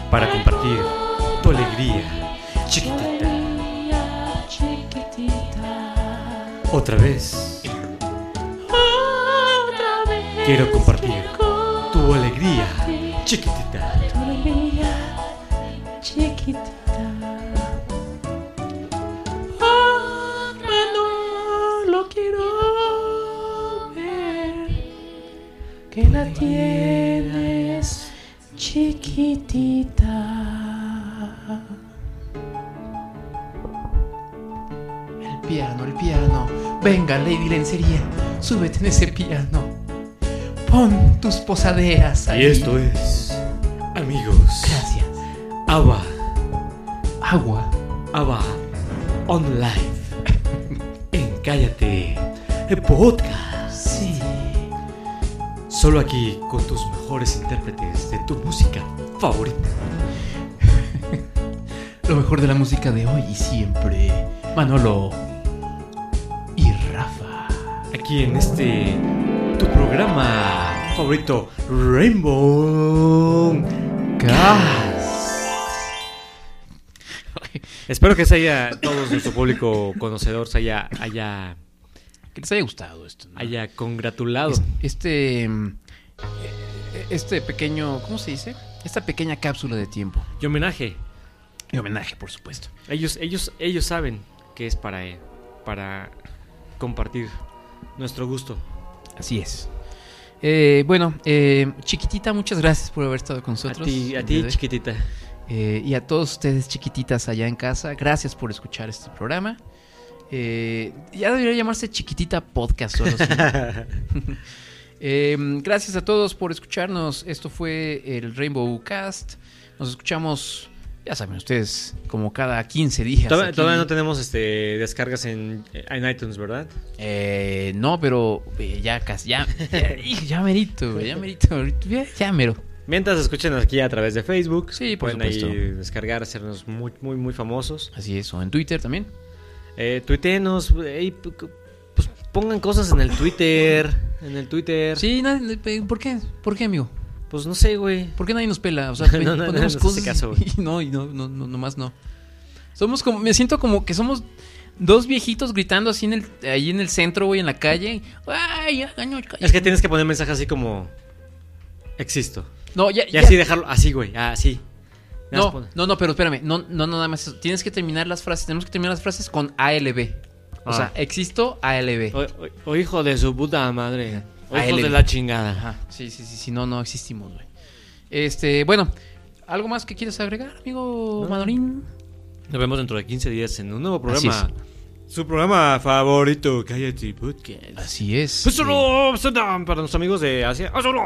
Speaker 5: para compartir tu alegría, chiquitita. Otra vez quiero compartir tu alegría, chiquitita.
Speaker 12: Chiquitita. Oh, lo quiero ver que la tienes chiquitita.
Speaker 4: El piano, el piano. Venga, Lady Lencería, súbete en ese piano. Pon tus posaderas ahí.
Speaker 5: Y esto es, amigos. Gracias. Agua. Agua. Agua. On live. en Cállate. El podcast. Sí. Solo aquí con tus mejores intérpretes de tu música favorita.
Speaker 4: Lo mejor de la música de hoy y siempre. Manolo. Y Rafa.
Speaker 5: Aquí en este tu programa favorito Rainbow Cast. Espero que se haya todos nuestro público conocedor se haya haya
Speaker 2: que les haya gustado esto.
Speaker 5: Haya congratulado.
Speaker 2: Este. mm, eh, Este pequeño. ¿Cómo se dice? Esta pequeña cápsula de tiempo.
Speaker 5: Y homenaje.
Speaker 2: Y homenaje, por supuesto.
Speaker 5: Ellos ellos ellos saben que es para eh, para compartir nuestro gusto.
Speaker 2: Así es. Eh, bueno, eh, chiquitita, muchas gracias por haber estado con nosotros.
Speaker 5: ti- a ti, chiquitita.
Speaker 2: Eh, y a todos ustedes, chiquititas allá en casa, gracias por escuchar este programa.
Speaker 5: (laughs)
Speaker 2: Eh, ya debería llamarse Chiquitita Podcast o algo así. (laughs) Eh, gracias a todos por escucharnos. Esto fue el Rainbow Cast. Nos escuchamos, ya saben ustedes, como cada 15 días.
Speaker 5: Todavía,
Speaker 2: aquí.
Speaker 5: todavía no tenemos este, descargas en, en iTunes, ¿verdad?
Speaker 2: Eh, no, pero eh, ya casi, ya,
Speaker 5: (laughs)
Speaker 2: ya, hijo, ya merito, güey, ya merito, ahorita, ya, ya mero.
Speaker 5: Mientras escuchen aquí a través de Facebook, sí,
Speaker 2: por
Speaker 5: pueden ahí
Speaker 2: supuesto.
Speaker 5: descargar, hacernos muy, muy, muy famosos.
Speaker 2: Así es, o en Twitter también.
Speaker 5: Eh, tuitenos, ey, p- c- pues pongan cosas en el Twitter, en el Twitter.
Speaker 2: Sí, nadie- eh, ¿por qué? ¿Por qué, amigo?
Speaker 5: Pues no sé, güey.
Speaker 2: ¿Por qué nadie nos pela? O sea,
Speaker 5: (laughs) No, no, no,
Speaker 2: ponemos
Speaker 5: no hace
Speaker 2: cosas
Speaker 5: caso, güey.
Speaker 2: y (laughs) no, y no, no, no, nomás no. Somos como, me siento como que somos dos viejitos gritando así en el, ahí en el centro, güey, en la calle. Ay, ay, no, ay.
Speaker 5: Es que tienes que poner mensajes así como existo.
Speaker 2: No, ya-
Speaker 5: Y
Speaker 2: ya.
Speaker 5: así dejarlo así, güey, así. Nada más
Speaker 2: No,
Speaker 5: pon-
Speaker 2: no, no, pero espérame, no, no, no, nada más eso. Tienes que terminar las frases, tenemos que terminar las frases con ALB. O
Speaker 5: Ah.
Speaker 2: sea, existo ALB.
Speaker 5: O, o- o hijo de su puta madre. O hijo
Speaker 2: ALB.
Speaker 5: de la chingada.
Speaker 2: Ajá. Sí, sí, sí, sí, no, no existimos, güey. Este, bueno, ¿algo más que quieres agregar, amigo Manolín?
Speaker 5: Nos vemos dentro de 15 días en un nuevo programa. Su programa favorito, Cállate Podcast.
Speaker 2: Así es.
Speaker 5: Pues solo, para nuestros amigos de Asia. Ah, solo,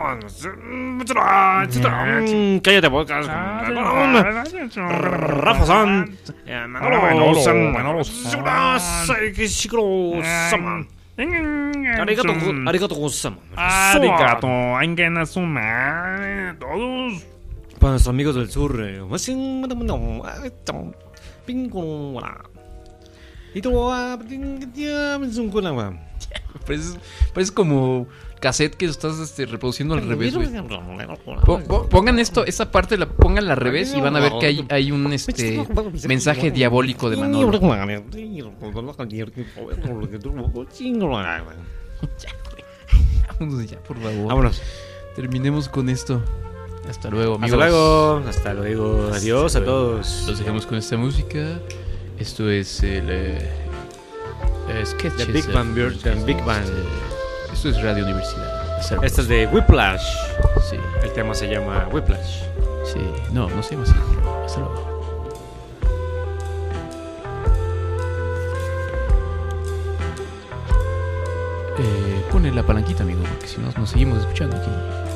Speaker 5: Mm, Cállate Podcast. Rafa San. Eh, Manolo,
Speaker 3: Manolo,
Speaker 5: San.
Speaker 3: Manolo
Speaker 5: Sura, Sai, que Shikuro Sama. Arigato, go- arigato gozama.
Speaker 3: Arigato,
Speaker 5: todos. Para nuestros amigos del sur. eh, Pingo, hola. Y tú, ah,
Speaker 2: Pareces, pareces pues como cassette que estás este, reproduciendo al revés, güey. Po- po- pongan esto, esta parte la pongan al revés y van a ver que hay, hay un este mensaje diabólico de Manolo. (laughs) Vámonos ya, por favor.
Speaker 5: Vámonos.
Speaker 2: Terminemos con esto. Hasta luego,
Speaker 5: Hasta
Speaker 2: amigos.
Speaker 5: luego, hasta luego. Adiós a todos.
Speaker 2: Los dejamos con esta música. Esto es el eh, eh, Sketches,
Speaker 5: The Big
Speaker 2: eh,
Speaker 5: Bang Bird, The Big Bang.
Speaker 2: Esto es Radio Universidad. Hasta luego.
Speaker 5: Esto es de Whiplash.
Speaker 2: Sí.
Speaker 5: El tema se llama Whiplash.
Speaker 2: Sí. No, no sé más. Hasta luego. Eh, pone la palanquita, amigo, porque si no nos seguimos escuchando aquí.